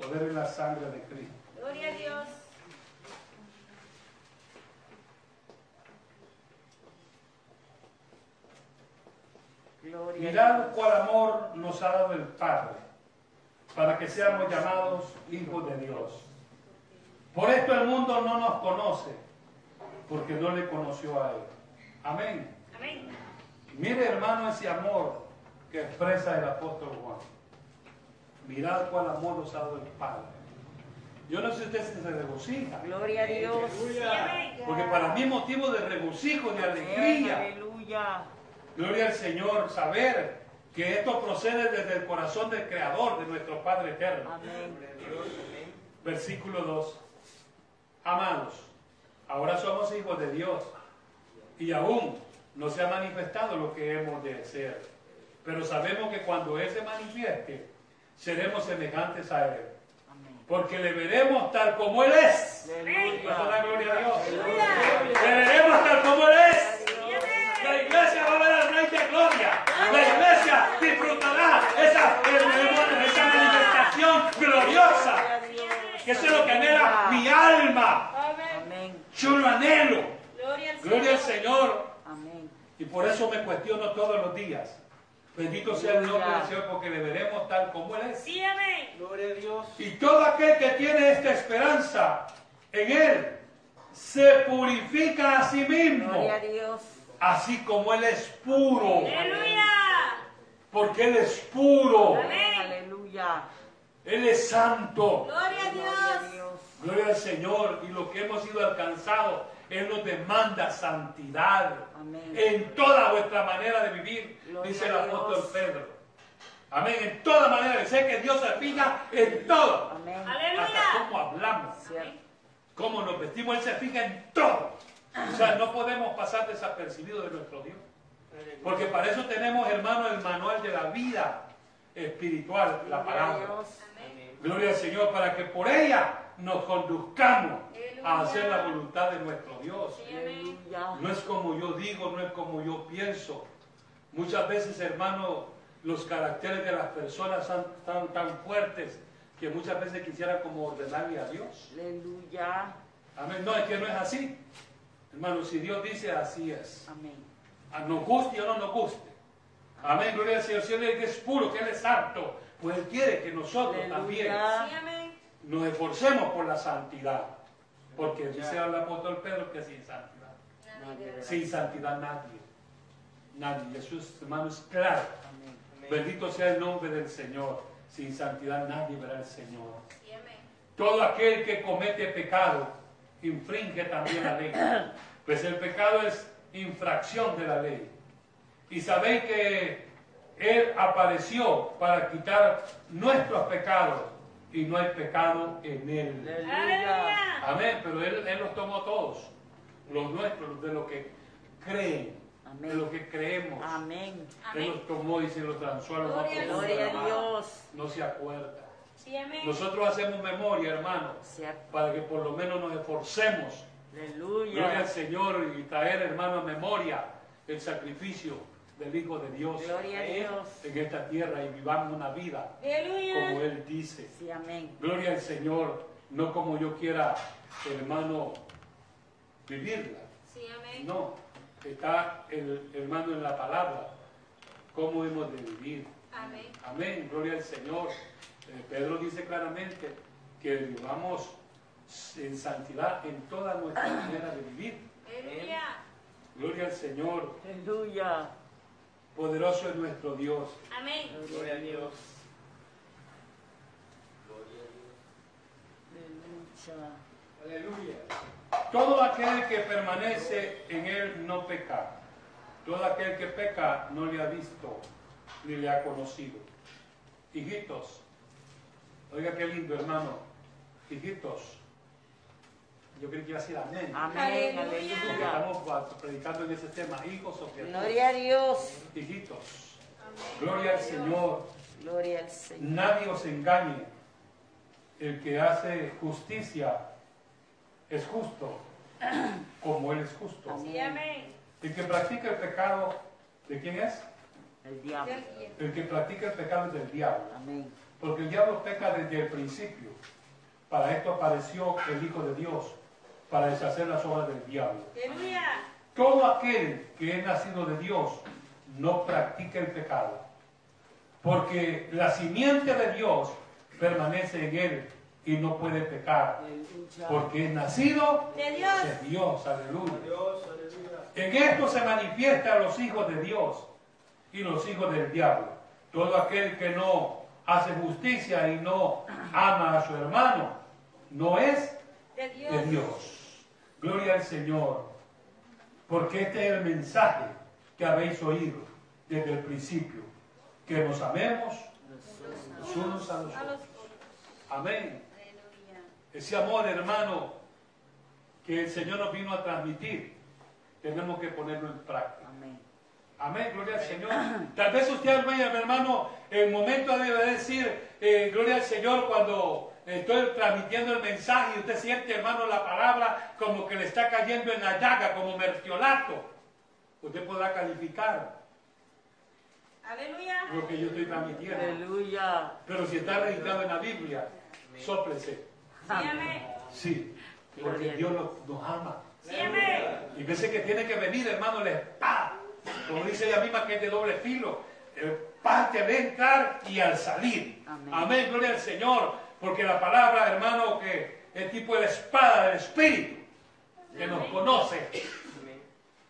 [SPEAKER 1] Poder en la sangre de Cristo.
[SPEAKER 2] Gloria a Dios.
[SPEAKER 3] Gloria a
[SPEAKER 1] Mirad
[SPEAKER 3] Dios.
[SPEAKER 1] cuál amor nos ha dado el Padre, para que seamos llamados hijos de Dios. Por esto el mundo no nos conoce, porque no le conoció a Él. Amén.
[SPEAKER 2] Amén.
[SPEAKER 1] Mire, hermano, ese amor que expresa el apóstol Juan. Mirad cuál amor nos ha dado el Padre. Yo no sé si usted se regocija,
[SPEAKER 3] Gloria a Dios.
[SPEAKER 2] Sí, amén.
[SPEAKER 1] porque para mí es motivo de regocijo, de
[SPEAKER 3] Amén.
[SPEAKER 1] alegría.
[SPEAKER 3] Aleluya.
[SPEAKER 1] Gloria al Señor, saber que esto procede desde el corazón del Creador, de nuestro Padre Eterno.
[SPEAKER 3] Amén.
[SPEAKER 1] Versículo 2. Amados, ahora somos hijos de Dios y aún no se ha manifestado lo que hemos de ser, pero sabemos que cuando Él se manifieste, seremos semejantes a Él,
[SPEAKER 3] Amén.
[SPEAKER 1] porque le veremos tal como Él es. ¿Cuánto da
[SPEAKER 3] Aleluya.
[SPEAKER 1] gloria a Dios?
[SPEAKER 2] Aleluya.
[SPEAKER 1] Le veremos tal como Él es.
[SPEAKER 2] Sí, amén.
[SPEAKER 1] La iglesia va a ver al Rey de Gloria. La iglesia disfrutará esa, eh, esa manifestación gloriosa. Que eso es lo que anhela mi alma.
[SPEAKER 2] Amén.
[SPEAKER 3] Amén.
[SPEAKER 1] Yo lo anhelo.
[SPEAKER 2] Gloria al
[SPEAKER 1] Gloria al
[SPEAKER 2] Señor.
[SPEAKER 1] Señor.
[SPEAKER 3] Amén.
[SPEAKER 1] Y por eso me cuestiono todos los días. Bendito sea el nombre del Señor porque le veremos tal como Él es.
[SPEAKER 2] Sí, amén.
[SPEAKER 4] Gloria a Dios.
[SPEAKER 1] Y todo aquel que tiene esta esperanza en Él se purifica a sí mismo,
[SPEAKER 3] Gloria a Dios.
[SPEAKER 1] así como Él es puro,
[SPEAKER 2] Aleluya.
[SPEAKER 1] porque Él es puro,
[SPEAKER 2] Amén.
[SPEAKER 3] Aleluya.
[SPEAKER 1] Él es santo.
[SPEAKER 2] Gloria a
[SPEAKER 3] Gloria a
[SPEAKER 2] Dios.
[SPEAKER 3] Dios.
[SPEAKER 1] Gloria al Señor y lo que hemos sido alcanzados, Él nos demanda santidad
[SPEAKER 3] Amén.
[SPEAKER 1] en toda vuestra manera de vivir,
[SPEAKER 3] Gloria
[SPEAKER 1] dice el
[SPEAKER 3] a Dios.
[SPEAKER 1] apóstol Pedro. Amén, en toda manera, sé que Dios se fija en todo,
[SPEAKER 3] Amén.
[SPEAKER 1] hasta
[SPEAKER 2] Aleluya.
[SPEAKER 1] cómo hablamos,
[SPEAKER 3] Cierto.
[SPEAKER 1] cómo nos vestimos, Él se fija en todo. O sea, no podemos pasar desapercibidos de nuestro Dios. Porque para eso tenemos, hermano, el manual de la vida espiritual, la
[SPEAKER 3] Gloria a
[SPEAKER 1] palabra.
[SPEAKER 3] Dios.
[SPEAKER 1] Gloria al Señor, para que por ella nos conduzcamos a
[SPEAKER 2] Aleluya.
[SPEAKER 1] hacer la voluntad de nuestro Dios.
[SPEAKER 2] Amén.
[SPEAKER 3] Aleluya.
[SPEAKER 1] No es como yo digo, no es como yo pienso. Muchas veces, hermano, los caracteres de las personas son tan, tan fuertes que muchas veces quisiera como ordenarle a Dios.
[SPEAKER 3] Aleluya.
[SPEAKER 1] Amén. No, es que no es así. Hermano, si Dios dice, así es.
[SPEAKER 3] Amén.
[SPEAKER 1] A nos guste o no nos guste. Amén. Gloria al Señor. Si Él es que es puro, que Él es santo, pues Él quiere que nosotros también
[SPEAKER 3] Aleluya.
[SPEAKER 2] Sí, amén.
[SPEAKER 1] nos esforcemos por la santidad. Porque dice el apóstol Pedro que sin santidad, sin santidad nadie, nadie. Jesús, hermano, es claro.
[SPEAKER 3] Amén.
[SPEAKER 1] Bendito sea el nombre del Señor. Sin santidad nadie verá al Señor.
[SPEAKER 2] Sí, amén.
[SPEAKER 1] Todo aquel que comete pecado infringe también la ley. Pues el pecado es infracción de la ley. Y sabéis que Él apareció para quitar nuestros pecados y no hay pecado en Él.
[SPEAKER 3] Aleluya.
[SPEAKER 2] Aleluya.
[SPEAKER 1] Amén, pero él, él los tomó todos, los nuestros, los de los que creen,
[SPEAKER 3] Amén.
[SPEAKER 1] de los que creemos.
[SPEAKER 3] Amén.
[SPEAKER 1] Él
[SPEAKER 2] Amén.
[SPEAKER 1] los tomó y se los transó a los
[SPEAKER 2] Gloria
[SPEAKER 1] apóstoles,
[SPEAKER 3] Gloria a
[SPEAKER 1] hermano.
[SPEAKER 3] Dios.
[SPEAKER 1] No se acuerda.
[SPEAKER 2] Sí, amén.
[SPEAKER 1] Nosotros hacemos memoria, hermano,
[SPEAKER 3] Cierto.
[SPEAKER 1] para que por lo menos nos esforcemos, gloria al
[SPEAKER 3] Aleluya.
[SPEAKER 1] Señor, y traer, hermano, a memoria el sacrificio del Hijo de Dios
[SPEAKER 3] Gloria a Dios.
[SPEAKER 1] en esta tierra y vivamos una vida como
[SPEAKER 2] Aleluya.
[SPEAKER 1] Él dice.
[SPEAKER 3] Sí, amén.
[SPEAKER 1] Gloria al Señor, no como yo quiera, hermano, vivirla.
[SPEAKER 2] Sí, amén.
[SPEAKER 1] No, está el hermano en la palabra, cómo hemos de vivir.
[SPEAKER 2] Amén.
[SPEAKER 1] Amén, gloria al Señor. Eh, Pedro dice claramente que vivamos en santidad en toda nuestra manera de vivir.
[SPEAKER 2] Aleluya.
[SPEAKER 1] Gloria al Señor,
[SPEAKER 3] Aleluya.
[SPEAKER 1] poderoso es nuestro Dios.
[SPEAKER 2] Amén.
[SPEAKER 4] Gloria a Dios.
[SPEAKER 3] Aleluya.
[SPEAKER 4] Aleluya.
[SPEAKER 1] Todo aquel que permanece en él no peca. Todo aquel que peca no le ha visto ni le ha conocido. Hijitos, oiga qué lindo hermano, hijitos, yo creo que iba a decir amén,
[SPEAKER 3] Ah, Amén.
[SPEAKER 2] Aleluya.
[SPEAKER 1] porque
[SPEAKER 3] Aleluya.
[SPEAKER 1] estamos pa- predicando en ese tema, hijos o criaturas,
[SPEAKER 3] Gloria a Dios.
[SPEAKER 1] hijitos, gloria al Señor,
[SPEAKER 3] Gloria al Señor.
[SPEAKER 1] nadie os engañe, el que hace justicia es justo, como él es justo.
[SPEAKER 2] Sí, amén.
[SPEAKER 1] El que practica el pecado, ¿de quién es?
[SPEAKER 3] El diablo.
[SPEAKER 1] El que practica el pecado es del diablo.
[SPEAKER 3] Amén.
[SPEAKER 1] Porque el diablo peca desde el principio. Para esto apareció el Hijo de Dios, para deshacer las obras del diablo.
[SPEAKER 2] Aleluya.
[SPEAKER 1] Todo aquel que es nacido de Dios no practica el pecado. Porque la simiente de Dios permanece en él y no puede pecar.
[SPEAKER 3] Aleluya.
[SPEAKER 1] Porque es nacido
[SPEAKER 2] De Dios.
[SPEAKER 1] de Dios. Aleluya.
[SPEAKER 4] Dios, aleluya.
[SPEAKER 1] En esto se manifiestan los hijos de Dios y los hijos del diablo. Todo aquel que no hace justicia y no ama a su hermano, no es
[SPEAKER 2] De
[SPEAKER 1] de
[SPEAKER 2] Dios.
[SPEAKER 1] Dios. Gloria al Señor, porque este es el mensaje que habéis oído desde el principio, que nos amemos los unos a los
[SPEAKER 2] A los
[SPEAKER 1] otros.
[SPEAKER 2] otros.
[SPEAKER 1] Amén.
[SPEAKER 2] Aleluya.
[SPEAKER 1] Ese amor, hermano, que el Señor nos vino a transmitir, tenemos que ponerlo en práctica.
[SPEAKER 3] Amén.
[SPEAKER 1] Amén, gloria al Señor. Tal vez usted, hermano, mi hermano, en momento debe decir, eh, gloria al Señor, cuando estoy transmitiendo el mensaje y usted siente, hermano, la palabra como que le está cayendo en la llaga, como mertiolato. Usted podrá calificar
[SPEAKER 2] Aleluya.
[SPEAKER 1] lo que yo estoy transmitiendo.
[SPEAKER 3] Aleluya.
[SPEAKER 1] Pero si está registrado en la Biblia, sóplese.
[SPEAKER 2] Sí, amén.
[SPEAKER 1] Sí, porque Dios nos- nos ama.
[SPEAKER 2] Sí, amén.
[SPEAKER 1] Y veces que tiene que venir, hermano, la espada. Como dice ella misma que es de doble filo. El parte de entrar y al salir.
[SPEAKER 3] Amén.
[SPEAKER 1] gloria al Señor. Porque la palabra, hermano, que es tipo de la espada del Espíritu. que nos conoce.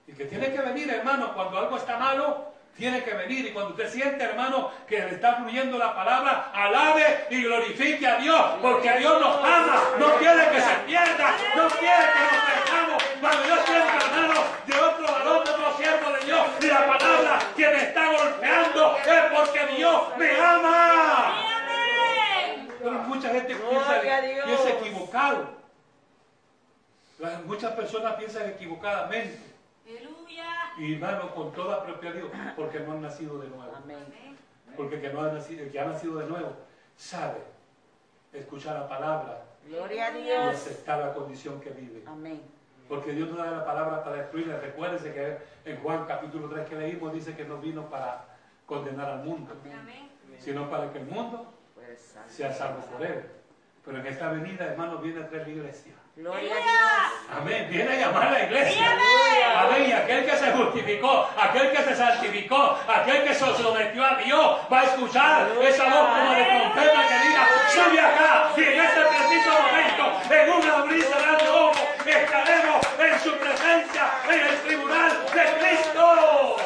[SPEAKER 1] Y que tiene que venir, hermano, cuando algo está malo, tiene que venir. Y cuando usted siente, hermano, que le está fluyendo la palabra, alabe y glorifique a Dios, porque Dios nos ama, no quiere que se pierda, no quiere que nos perdamos. Cuando yo siento, hermano, de otro valor, de otro siervo de Dios, y la palabra que me está golpeando es porque Dios me ama. Pero mucha gente piensa
[SPEAKER 3] Gloria a Dios.
[SPEAKER 1] piensa equivocado. Las- Muchas personas piensan equivocadamente.
[SPEAKER 2] Aleluya.
[SPEAKER 1] Y hermano, con toda propia Dios, porque no han nacido de nuevo.
[SPEAKER 3] Amén.
[SPEAKER 2] Amén.
[SPEAKER 1] Porque el que no ha nacido, el que ha nacido de nuevo, sabe escuchar la palabra
[SPEAKER 3] Gloria a
[SPEAKER 1] y
[SPEAKER 3] Dios.
[SPEAKER 1] aceptar la condición que vive.
[SPEAKER 3] Amén.
[SPEAKER 1] Porque Dios nos da la palabra para destruirla. Recuérdense que en Juan capítulo 3 que leímos dice que no vino para condenar al mundo,
[SPEAKER 2] Amén.
[SPEAKER 1] sino para que el mundo
[SPEAKER 3] Pues, santo.
[SPEAKER 1] sea salvo por él. Pero en esta venida, hermano, viene a traer la iglesia.
[SPEAKER 3] Gloria a Dios.
[SPEAKER 2] Aleluya.
[SPEAKER 1] Amén. Viene a llamar a la iglesia.
[SPEAKER 2] Amén.
[SPEAKER 1] Amén. Y aquel que se justificó, aquel que se santificó, aquel que se sometió a Dios, va a escuchar esa voz como de trompeta que diga, sube acá. Y en este preciso momento, en una abrir y cerrar de ojos, estaremos en su presencia, en el tribunal de Cristo.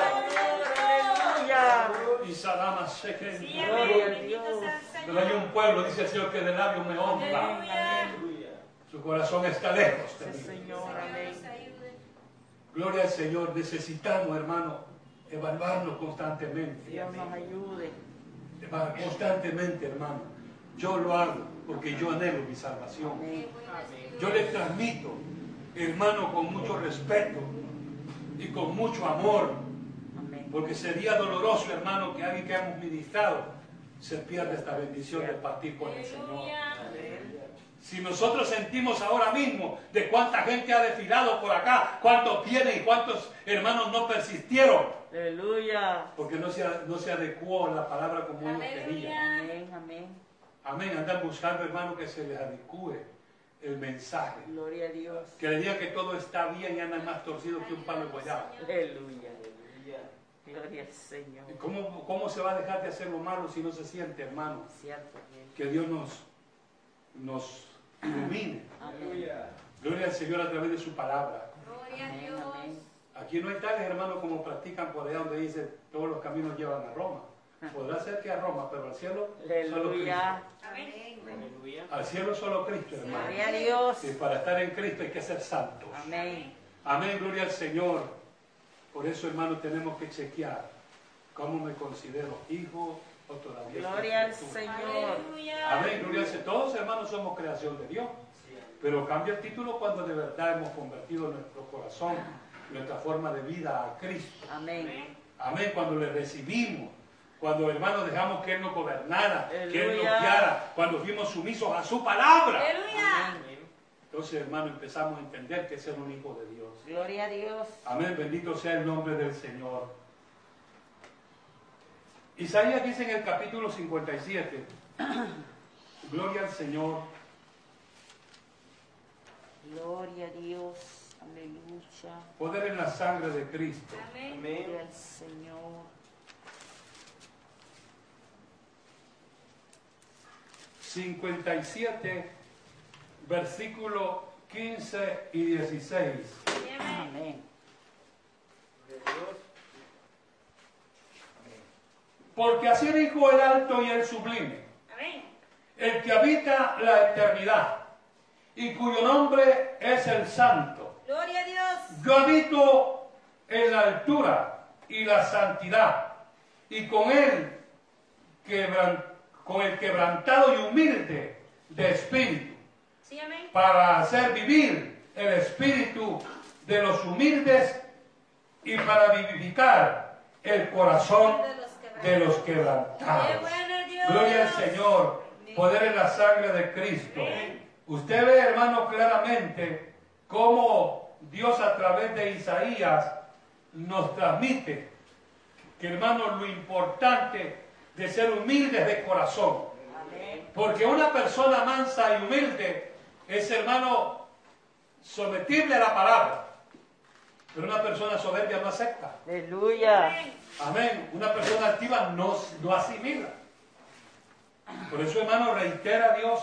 [SPEAKER 3] Aleluya.
[SPEAKER 1] Y Salama se
[SPEAKER 2] Sí,
[SPEAKER 1] que
[SPEAKER 2] amén.
[SPEAKER 3] Gloria a
[SPEAKER 2] Bendito
[SPEAKER 3] Dios.
[SPEAKER 2] sea el
[SPEAKER 1] Pero hay
[SPEAKER 2] Señor.
[SPEAKER 1] un pueblo, dice el Señor, que de labios me honra.
[SPEAKER 2] Aleluya.
[SPEAKER 1] Su corazón está lejos de
[SPEAKER 3] Sí,
[SPEAKER 1] mí.
[SPEAKER 3] Señor. Amén.
[SPEAKER 2] Dios ayude.
[SPEAKER 1] Gloria al Señor. Necesitamos, hermano, evaluarnos constantemente.
[SPEAKER 3] Dios nos ayude.
[SPEAKER 1] Va Constantemente, hermano. Yo lo hago porque yo anhelo mi salvación.
[SPEAKER 3] Amén.
[SPEAKER 1] Yo le transmito, hermano, con mucho respeto y con mucho amor.
[SPEAKER 3] Amén.
[SPEAKER 1] Porque sería doloroso, hermano, que alguien que hemos ministrado se pierda esta bendición de partir con el Señor.
[SPEAKER 2] Aleluya.
[SPEAKER 1] Si nosotros sentimos ahora mismo de cuánta gente ha desfilado por acá, cuántos vienen y cuántos hermanos no persistieron,
[SPEAKER 3] Aleluya.
[SPEAKER 1] porque no se, no se adecuó la palabra como ellos querían.
[SPEAKER 2] Aleluya.
[SPEAKER 3] Amén, amén.
[SPEAKER 1] Amén. Andan buscando, hermano, que se les adecue el mensaje.
[SPEAKER 3] Gloria a Dios.
[SPEAKER 1] Que le diga que todo está bien y andan más torcidos que un palo enguayado.
[SPEAKER 3] Aleluya. Gloria al Señor.
[SPEAKER 1] ¿Y ¿Cómo, ¿Cómo se va a dejar de hacer lo malo si no se siente, hermano?
[SPEAKER 3] Cierto. amén.
[SPEAKER 1] Que Dios nos, nos ilumine.
[SPEAKER 3] Amén.
[SPEAKER 1] Gloria al Señor a través de su palabra.
[SPEAKER 2] Gloria a
[SPEAKER 3] Amén,
[SPEAKER 2] Dios.
[SPEAKER 3] amén.
[SPEAKER 1] Aquí no hay tales hermanos como practican por allá donde dice todos los caminos llevan a Roma. Podrá ser que a Roma, pero al cielo solo
[SPEAKER 3] Aleluya.
[SPEAKER 1] Cristo.
[SPEAKER 2] Amén.
[SPEAKER 1] Al cielo solo Cristo, hermano.
[SPEAKER 3] Gloria a Dios.
[SPEAKER 1] Y para estar en Cristo hay que ser santos.
[SPEAKER 3] Amén.
[SPEAKER 1] Amén, gloria al Señor. Por eso, hermano, tenemos que chequear cómo me considero hijo o todavía.
[SPEAKER 3] Gloria al
[SPEAKER 1] criatura.
[SPEAKER 3] Señor.
[SPEAKER 2] Aleluya.
[SPEAKER 1] Amén, gloria al Señor. Todos, hermanos, somos creación de Dios. Pero cambia el título cuando de verdad hemos convertido nuestro corazón, nuestra forma de vida a Cristo.
[SPEAKER 3] Amén.
[SPEAKER 2] Amén.
[SPEAKER 1] Amén, cuando le recibimos. Cuando, hermano, dejamos que Él nos gobernara, que Él nos
[SPEAKER 3] Aleluya.
[SPEAKER 1] guiara, cuando fuimos sumisos a su palabra.
[SPEAKER 2] Aleluya.
[SPEAKER 1] Entonces, hermano, empezamos a entender que es un hijo de Dios.
[SPEAKER 3] Gloria a Dios.
[SPEAKER 1] Amén, bendito sea el nombre del Señor. Isaías dice en el capítulo 57, <clears throat> Gloria al Señor,
[SPEAKER 3] Gloria a Dios. Aleluya.
[SPEAKER 1] poder en la sangre de Cristo.
[SPEAKER 2] Amén.
[SPEAKER 3] Gloria al Señor.
[SPEAKER 1] Amén. 57, versículo 15 y 16.
[SPEAKER 2] Sí, amén.
[SPEAKER 3] Amén.
[SPEAKER 1] Porque así dijo el alto y el sublime,
[SPEAKER 2] Amén.
[SPEAKER 1] el que habita la eternidad y cuyo nombre es el santo.
[SPEAKER 2] Gloria a Dios.
[SPEAKER 1] Yo habito en la altura y la santidad, y con él, quebran- con el quebrantado y humilde de espíritu,
[SPEAKER 2] Sí, amén.
[SPEAKER 1] para hacer vivir el espíritu de los humildes y para vivificar el corazón de los
[SPEAKER 2] Qué
[SPEAKER 1] quebrantados.
[SPEAKER 2] bueno Dios.
[SPEAKER 1] Gloria al Señor, poder en la sangre de Cristo. Usted ve, hermano, claramente cómo Dios a través de Isaías nos transmite que, hermano, lo importante de ser humildes de corazón.
[SPEAKER 3] Amén.
[SPEAKER 1] Porque una persona mansa y humilde es, hermano, sometible a la palabra. Pero una persona soberbia no acepta.
[SPEAKER 3] Aleluya.
[SPEAKER 2] Amén.
[SPEAKER 1] Amén. Una persona activa no, no asimila. Por eso, hermano, reitera a Dios,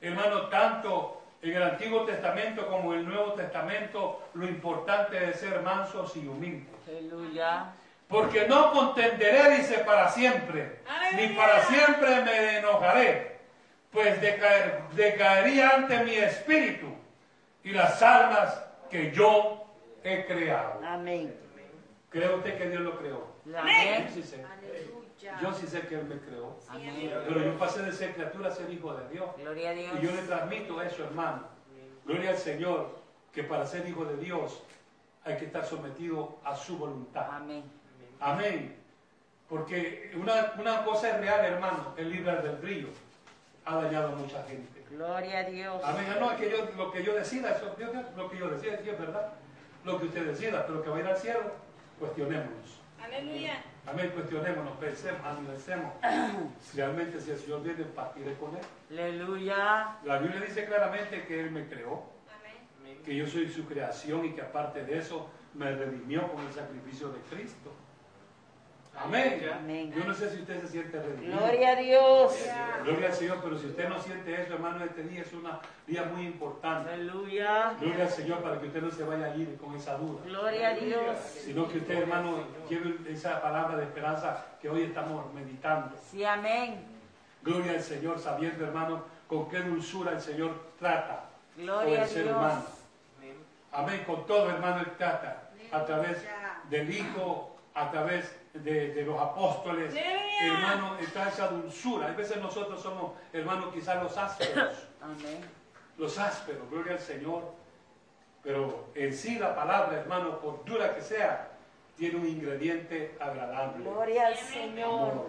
[SPEAKER 1] hermano, tanto En el Antiguo Testamento como en el Nuevo Testamento, lo importante es ser mansos y humildes.
[SPEAKER 3] Aleluya.
[SPEAKER 1] Porque no contenderé, dice, para siempre,
[SPEAKER 2] Aleluya.
[SPEAKER 1] ni para siempre me enojaré, pues decaer- decaería ante mi espíritu y las almas que yo he creado.
[SPEAKER 3] Amén.
[SPEAKER 1] ¿Cree usted que Dios lo creó? Yo
[SPEAKER 3] Amén.
[SPEAKER 1] sí sé.
[SPEAKER 2] Aleluya.
[SPEAKER 1] Yo sí sé que Él me creó.
[SPEAKER 3] Amén.
[SPEAKER 1] Pero yo pasé de ser criatura a ser hijo de Dios.
[SPEAKER 3] Gloria a Dios.
[SPEAKER 1] Y yo le transmito eso, hermano. Gloria al Señor, que para ser hijo de Dios hay que estar sometido a su voluntad.
[SPEAKER 3] Amén.
[SPEAKER 1] Amén. Porque una, una cosa es real, hermano, el libre del río ha dañado a mucha gente.
[SPEAKER 3] Gloria a Dios.
[SPEAKER 1] Amén. Ah, No, es que yo, lo que yo decida, eso, Dios, Dios, lo que yo decida, sí es verdad. Lo que usted decida, pero que va a ir al cielo, cuestionémonos.
[SPEAKER 2] Aleluya.
[SPEAKER 1] Amén, cuestionémonos, pensemos,
[SPEAKER 3] <clears throat>
[SPEAKER 1] analicemos. Realmente si el Señor viene, partiré con él.
[SPEAKER 3] Aleluya.
[SPEAKER 1] La Biblia dice claramente que Él me creó,
[SPEAKER 2] Amén.
[SPEAKER 1] que yo soy su creación y que aparte de eso me redimió con el sacrificio de Cristo. Amén.
[SPEAKER 3] Amén.
[SPEAKER 1] Yo no sé si usted se siente redimido.
[SPEAKER 3] Gloria a Dios.
[SPEAKER 1] Gloria al Señor, pero si usted no siente eso, hermano, este día es un día muy importante.
[SPEAKER 3] Aleluya.
[SPEAKER 1] Gloria al Señor para que usted no se vaya a ir con esa duda,
[SPEAKER 3] Gloria a Dios.
[SPEAKER 1] sino que usted, hermano, lleve esa palabra de esperanza que hoy estamos meditando.
[SPEAKER 3] Sí, amén.
[SPEAKER 1] Gloria al Señor, sabiendo, hermano, con qué dulzura el Señor trata con
[SPEAKER 3] Gloria
[SPEAKER 1] el
[SPEAKER 3] a
[SPEAKER 1] ser
[SPEAKER 3] Dios.
[SPEAKER 1] humano. Amén, con todo hermano el trata, a través del Hijo, a través de, de los apóstoles.
[SPEAKER 2] Aleluya.
[SPEAKER 1] Hermano, está esa dulzura. A veces nosotros somos, hermano, quizás los ásperos,
[SPEAKER 3] Amén.
[SPEAKER 1] los ásperos, gloria al Señor. Pero en sí la palabra, hermano, por dura que sea, tiene un ingrediente agradable.
[SPEAKER 3] Gloria al Señor.
[SPEAKER 1] Amor,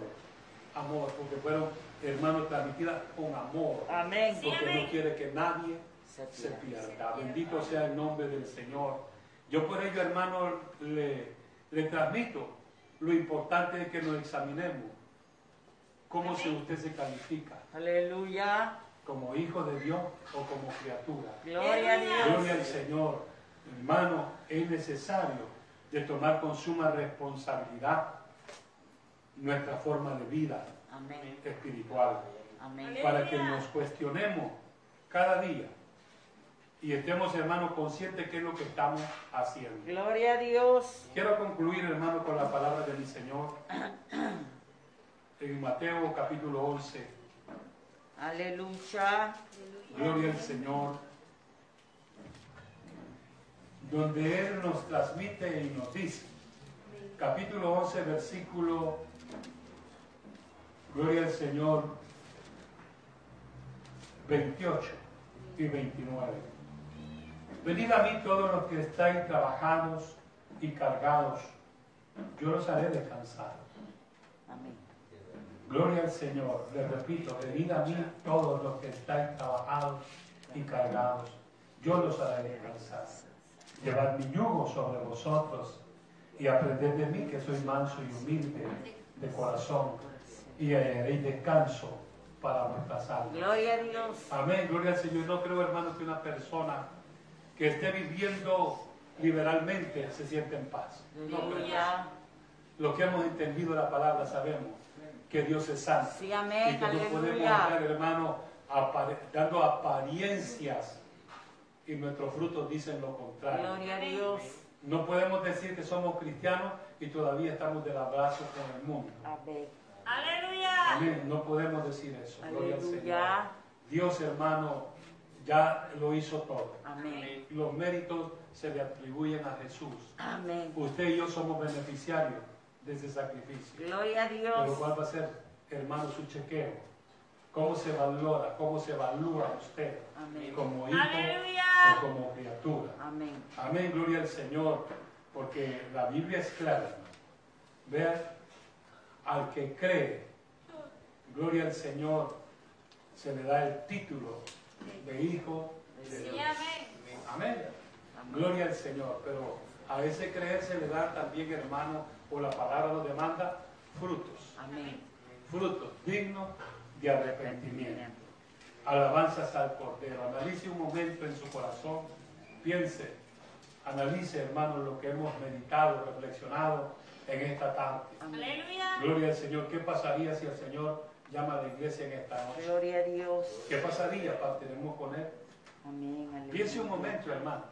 [SPEAKER 1] amor, porque fueron, hermano, transmitidas con amor.
[SPEAKER 3] Amén.
[SPEAKER 2] Sí.
[SPEAKER 1] Porque no quiere que nadie
[SPEAKER 3] Se
[SPEAKER 1] se
[SPEAKER 3] pida.
[SPEAKER 1] pierda. Bendito sea el nombre del Señor. Yo por ello, hermano, le, le transmito lo importante es que nos examinemos cómo se usted se califica
[SPEAKER 3] Aleluya.
[SPEAKER 1] como hijo de Dios o como criatura.
[SPEAKER 3] Gloria a Dios.
[SPEAKER 1] Gloria al Señor. Hermano, es necesario de tomar con suma responsabilidad nuestra forma de vida
[SPEAKER 3] Amén.
[SPEAKER 1] espiritual
[SPEAKER 3] Amén.
[SPEAKER 1] para que nos cuestionemos cada día y estemos, hermano, conscientes qué es lo que estamos haciendo.
[SPEAKER 3] Gloria a Dios.
[SPEAKER 1] Quiero concluir, hermano, con la palabra de mi Señor en Mateo capítulo 11.
[SPEAKER 3] Aleluya.
[SPEAKER 1] Gloria al Señor. Donde Él nos transmite y nos dice. Capítulo 11, versículo. Gloria al Señor. 28 y 29. Venid a mí todos los que estáis trabajados y cargados. Yo los haré descansar.
[SPEAKER 3] Amén.
[SPEAKER 1] Gloria al Señor. Les repito, venid a mí todos los que estáis trabajados y cargados. Yo los haré descansar. Llevad mi yugo sobre vosotros y aprended de mí que soy manso y humilde de corazón y hallaréis descanso para vuestras almas.
[SPEAKER 3] Gloria a Dios.
[SPEAKER 1] Amén, gloria al Señor. No creo, hermano, que una persona que esté viviendo liberalmente se sienta en paz. No creo.
[SPEAKER 3] Aleluya.
[SPEAKER 1] Los que hemos entendido la palabra sabemos que Dios es santo.
[SPEAKER 3] Sí, amén,
[SPEAKER 1] Y que no podemos
[SPEAKER 3] aleluya.
[SPEAKER 1] estar, hermano, apare- dando apariencias y nuestros frutos dicen lo contrario.
[SPEAKER 3] Gloria a Dios.
[SPEAKER 1] No podemos decir que somos cristianos y todavía estamos del abrazo con el mundo.
[SPEAKER 3] Amén.
[SPEAKER 2] Aleluya.
[SPEAKER 1] Amén. No podemos decir eso. Gloria al Señor.
[SPEAKER 3] Aleluya.
[SPEAKER 1] Dios, hermano, ya lo hizo todo.
[SPEAKER 3] Amén.
[SPEAKER 1] Los méritos se le atribuyen a Jesús.
[SPEAKER 3] Amén.
[SPEAKER 1] Usted y yo somos beneficiarios de ese sacrificio.
[SPEAKER 3] Gloria a
[SPEAKER 1] Pero
[SPEAKER 3] Dios.
[SPEAKER 1] cuál va a ser, hermano, su chequeo. ¿Cómo se valora, cómo se evalúa usted
[SPEAKER 3] Amén.
[SPEAKER 1] como hijo
[SPEAKER 2] Aleluya.
[SPEAKER 1] o como criatura?
[SPEAKER 3] Amén.
[SPEAKER 1] Amén, gloria al Señor, porque la Biblia es clara. hermano. Vean, al que cree, gloria al Señor, se le da el título de hijo de
[SPEAKER 2] Sí,
[SPEAKER 1] Dios.
[SPEAKER 2] amén.
[SPEAKER 1] Amén. Gloria al Señor. Pero a ese creer se le da también, hermano, o la palabra lo demanda, frutos
[SPEAKER 3] Amén.
[SPEAKER 1] frutos dignos de arrepentimiento. Alabanzas al Cordero. Analice un momento en su corazón, piense, analice, hermano, lo que hemos meditado, reflexionado en esta tarde.
[SPEAKER 3] Amén.
[SPEAKER 2] Aleluya.
[SPEAKER 1] Gloria al Señor. ¿Qué pasaría si el Señor llama a la iglesia en esta noche?
[SPEAKER 3] Gloria a Dios.
[SPEAKER 1] ¿Qué pasaría? Partiremos con Él.
[SPEAKER 3] Amén.
[SPEAKER 1] Piense
[SPEAKER 3] Aleluya.
[SPEAKER 1] un momento, hermano.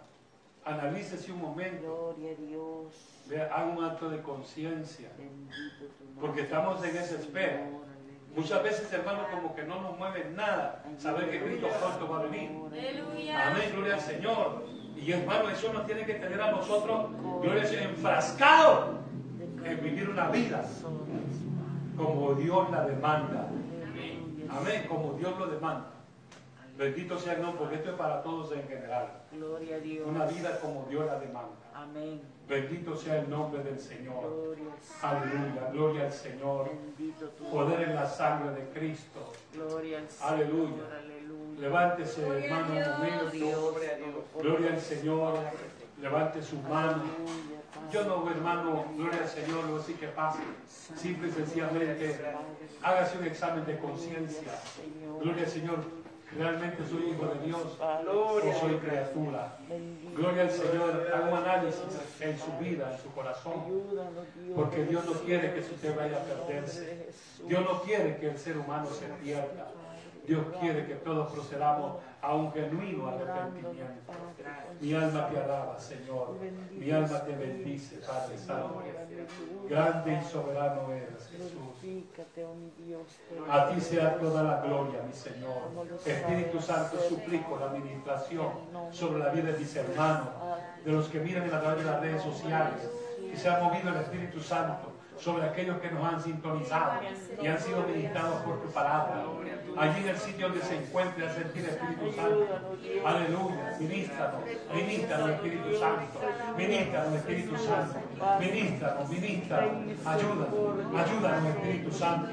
[SPEAKER 1] Analícese un momento.
[SPEAKER 3] Gloria a Dios.
[SPEAKER 1] Vea, haga un acto de conciencia.
[SPEAKER 3] Bendito tu nombre.
[SPEAKER 1] Porque estamos en esa espera.
[SPEAKER 3] Señor, aleluya.
[SPEAKER 1] Muchas veces, hermano, como que no nos mueve nada saber que Cristo pronto va a venir.
[SPEAKER 2] Aleluya.
[SPEAKER 1] Amén, gloria al Señor. Y hermano, eso nos tiene que tener a nosotros, gloria al Señor, enfrascados en vivir una vida como Dios la demanda. Amén, como Dios lo demanda. Bendito sea el nombre, porque esto es para todos en general.
[SPEAKER 3] Gloria a Dios.
[SPEAKER 1] Una vida como Dios la demanda.
[SPEAKER 3] Amén.
[SPEAKER 1] Bendito sea el nombre del Señor.
[SPEAKER 3] Gloria al Señor.
[SPEAKER 1] Aleluya, gloria al Señor.
[SPEAKER 3] Bendito tu
[SPEAKER 1] Poder en la sangre de Cristo.
[SPEAKER 3] Gloria al Señor.
[SPEAKER 1] Aleluya.
[SPEAKER 3] Aleluya.
[SPEAKER 1] Levántese, hermano, un momento.
[SPEAKER 3] Dios,
[SPEAKER 1] Gloria al Señor. Levante su mano.
[SPEAKER 3] Aleluya, Padre.
[SPEAKER 1] Yo no, hermano, gloria al Señor, no sé qué pasa. Simple y sencillamente, hágase un examen de conciencia. Gloria al Señor, realmente soy hijo de Dios o
[SPEAKER 3] Gloria.
[SPEAKER 1] soy criatura.
[SPEAKER 3] Bendito.
[SPEAKER 1] Gloria al Señor, haga un análisis en su vida, en su corazón.
[SPEAKER 3] Ayúdanos, Dios.
[SPEAKER 1] Porque Dios no
[SPEAKER 3] Jesús,
[SPEAKER 1] quiere que usted
[SPEAKER 3] en el
[SPEAKER 1] vaya a
[SPEAKER 3] nombre
[SPEAKER 1] perderse.
[SPEAKER 3] de Jesús.
[SPEAKER 1] Dios no quiere que el ser humano se pierda. Dios quiere que todos procedamos a un genuino arrepentimiento. Mi alma te alaba, Señor. Mi alma te bendice, Padre Santo. Grande y soberano eres, Jesús.
[SPEAKER 3] Glorifícate, oh mi Dios. te
[SPEAKER 1] A ti
[SPEAKER 3] alabo.
[SPEAKER 1] sea toda la gloria, mi Señor. Espíritu Santo, suplico la administración sobre la vida de mis hermanos, de los que miran a través de las redes sociales, que se ha movido el Espíritu Santo sobre aquellos que nos han sintonizado y han sido ministrados por tu palabra. Allí en el sitio donde se encuentre, a sentir Espíritu Santo.
[SPEAKER 3] Ayúdanos, Dios.
[SPEAKER 1] Aleluya, ministranos, ministranos Espíritu Santo, ministranos Espíritu Santo, ministranos, ministranos, ayúdanos, ayúdanos Espíritu Santo,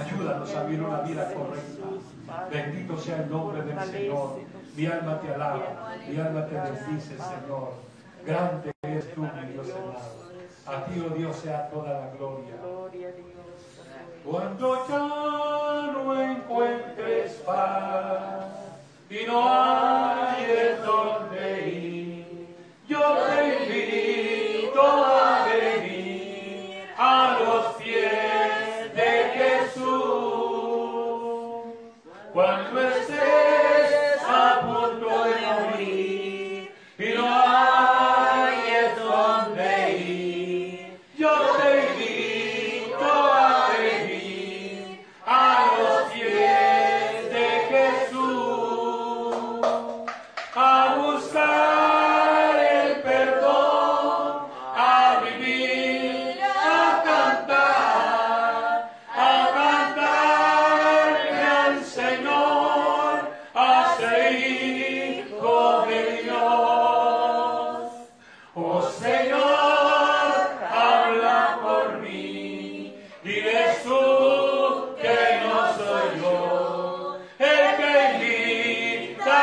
[SPEAKER 1] ayúdanos a vivir una vida correcta. Bendito sea el nombre del Señor, mi alma te alaba, mi alma te bendice Señor, grande eres tú mi Dios amado, a ti oh Dios sea toda la gloria.
[SPEAKER 3] Gloria a Dios.
[SPEAKER 1] Cuando ya no encuentres paz y no hay de dónde ir, yo te invito a venir a los pies de Jesús. Cuando estés a punto de morir y no hayes dónde ir, yo te invito a venir a los pies de Jesús a buscar el perdón, a vivir, a cantar, a cantarle al Señor, a ser hijo de Dios. Oh Señor, habla por mí, diles tú que no soy yo, el que invita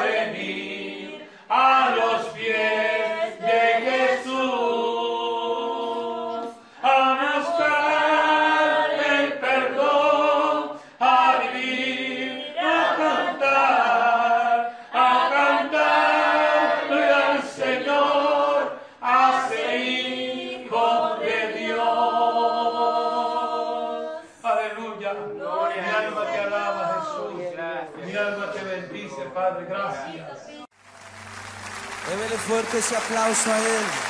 [SPEAKER 1] a venir a los pies de Jesús, a mostrar el perdón, a vivir, a cantar, a cantarle al Señor, a ser hijo de Dios. Aleluya.
[SPEAKER 2] Gloria
[SPEAKER 1] Mi alma te alaba,
[SPEAKER 2] al
[SPEAKER 1] Jesús. Mi alma te bendice, Padre. Gracias.
[SPEAKER 5] Débele fuerte ese aplauso a Él.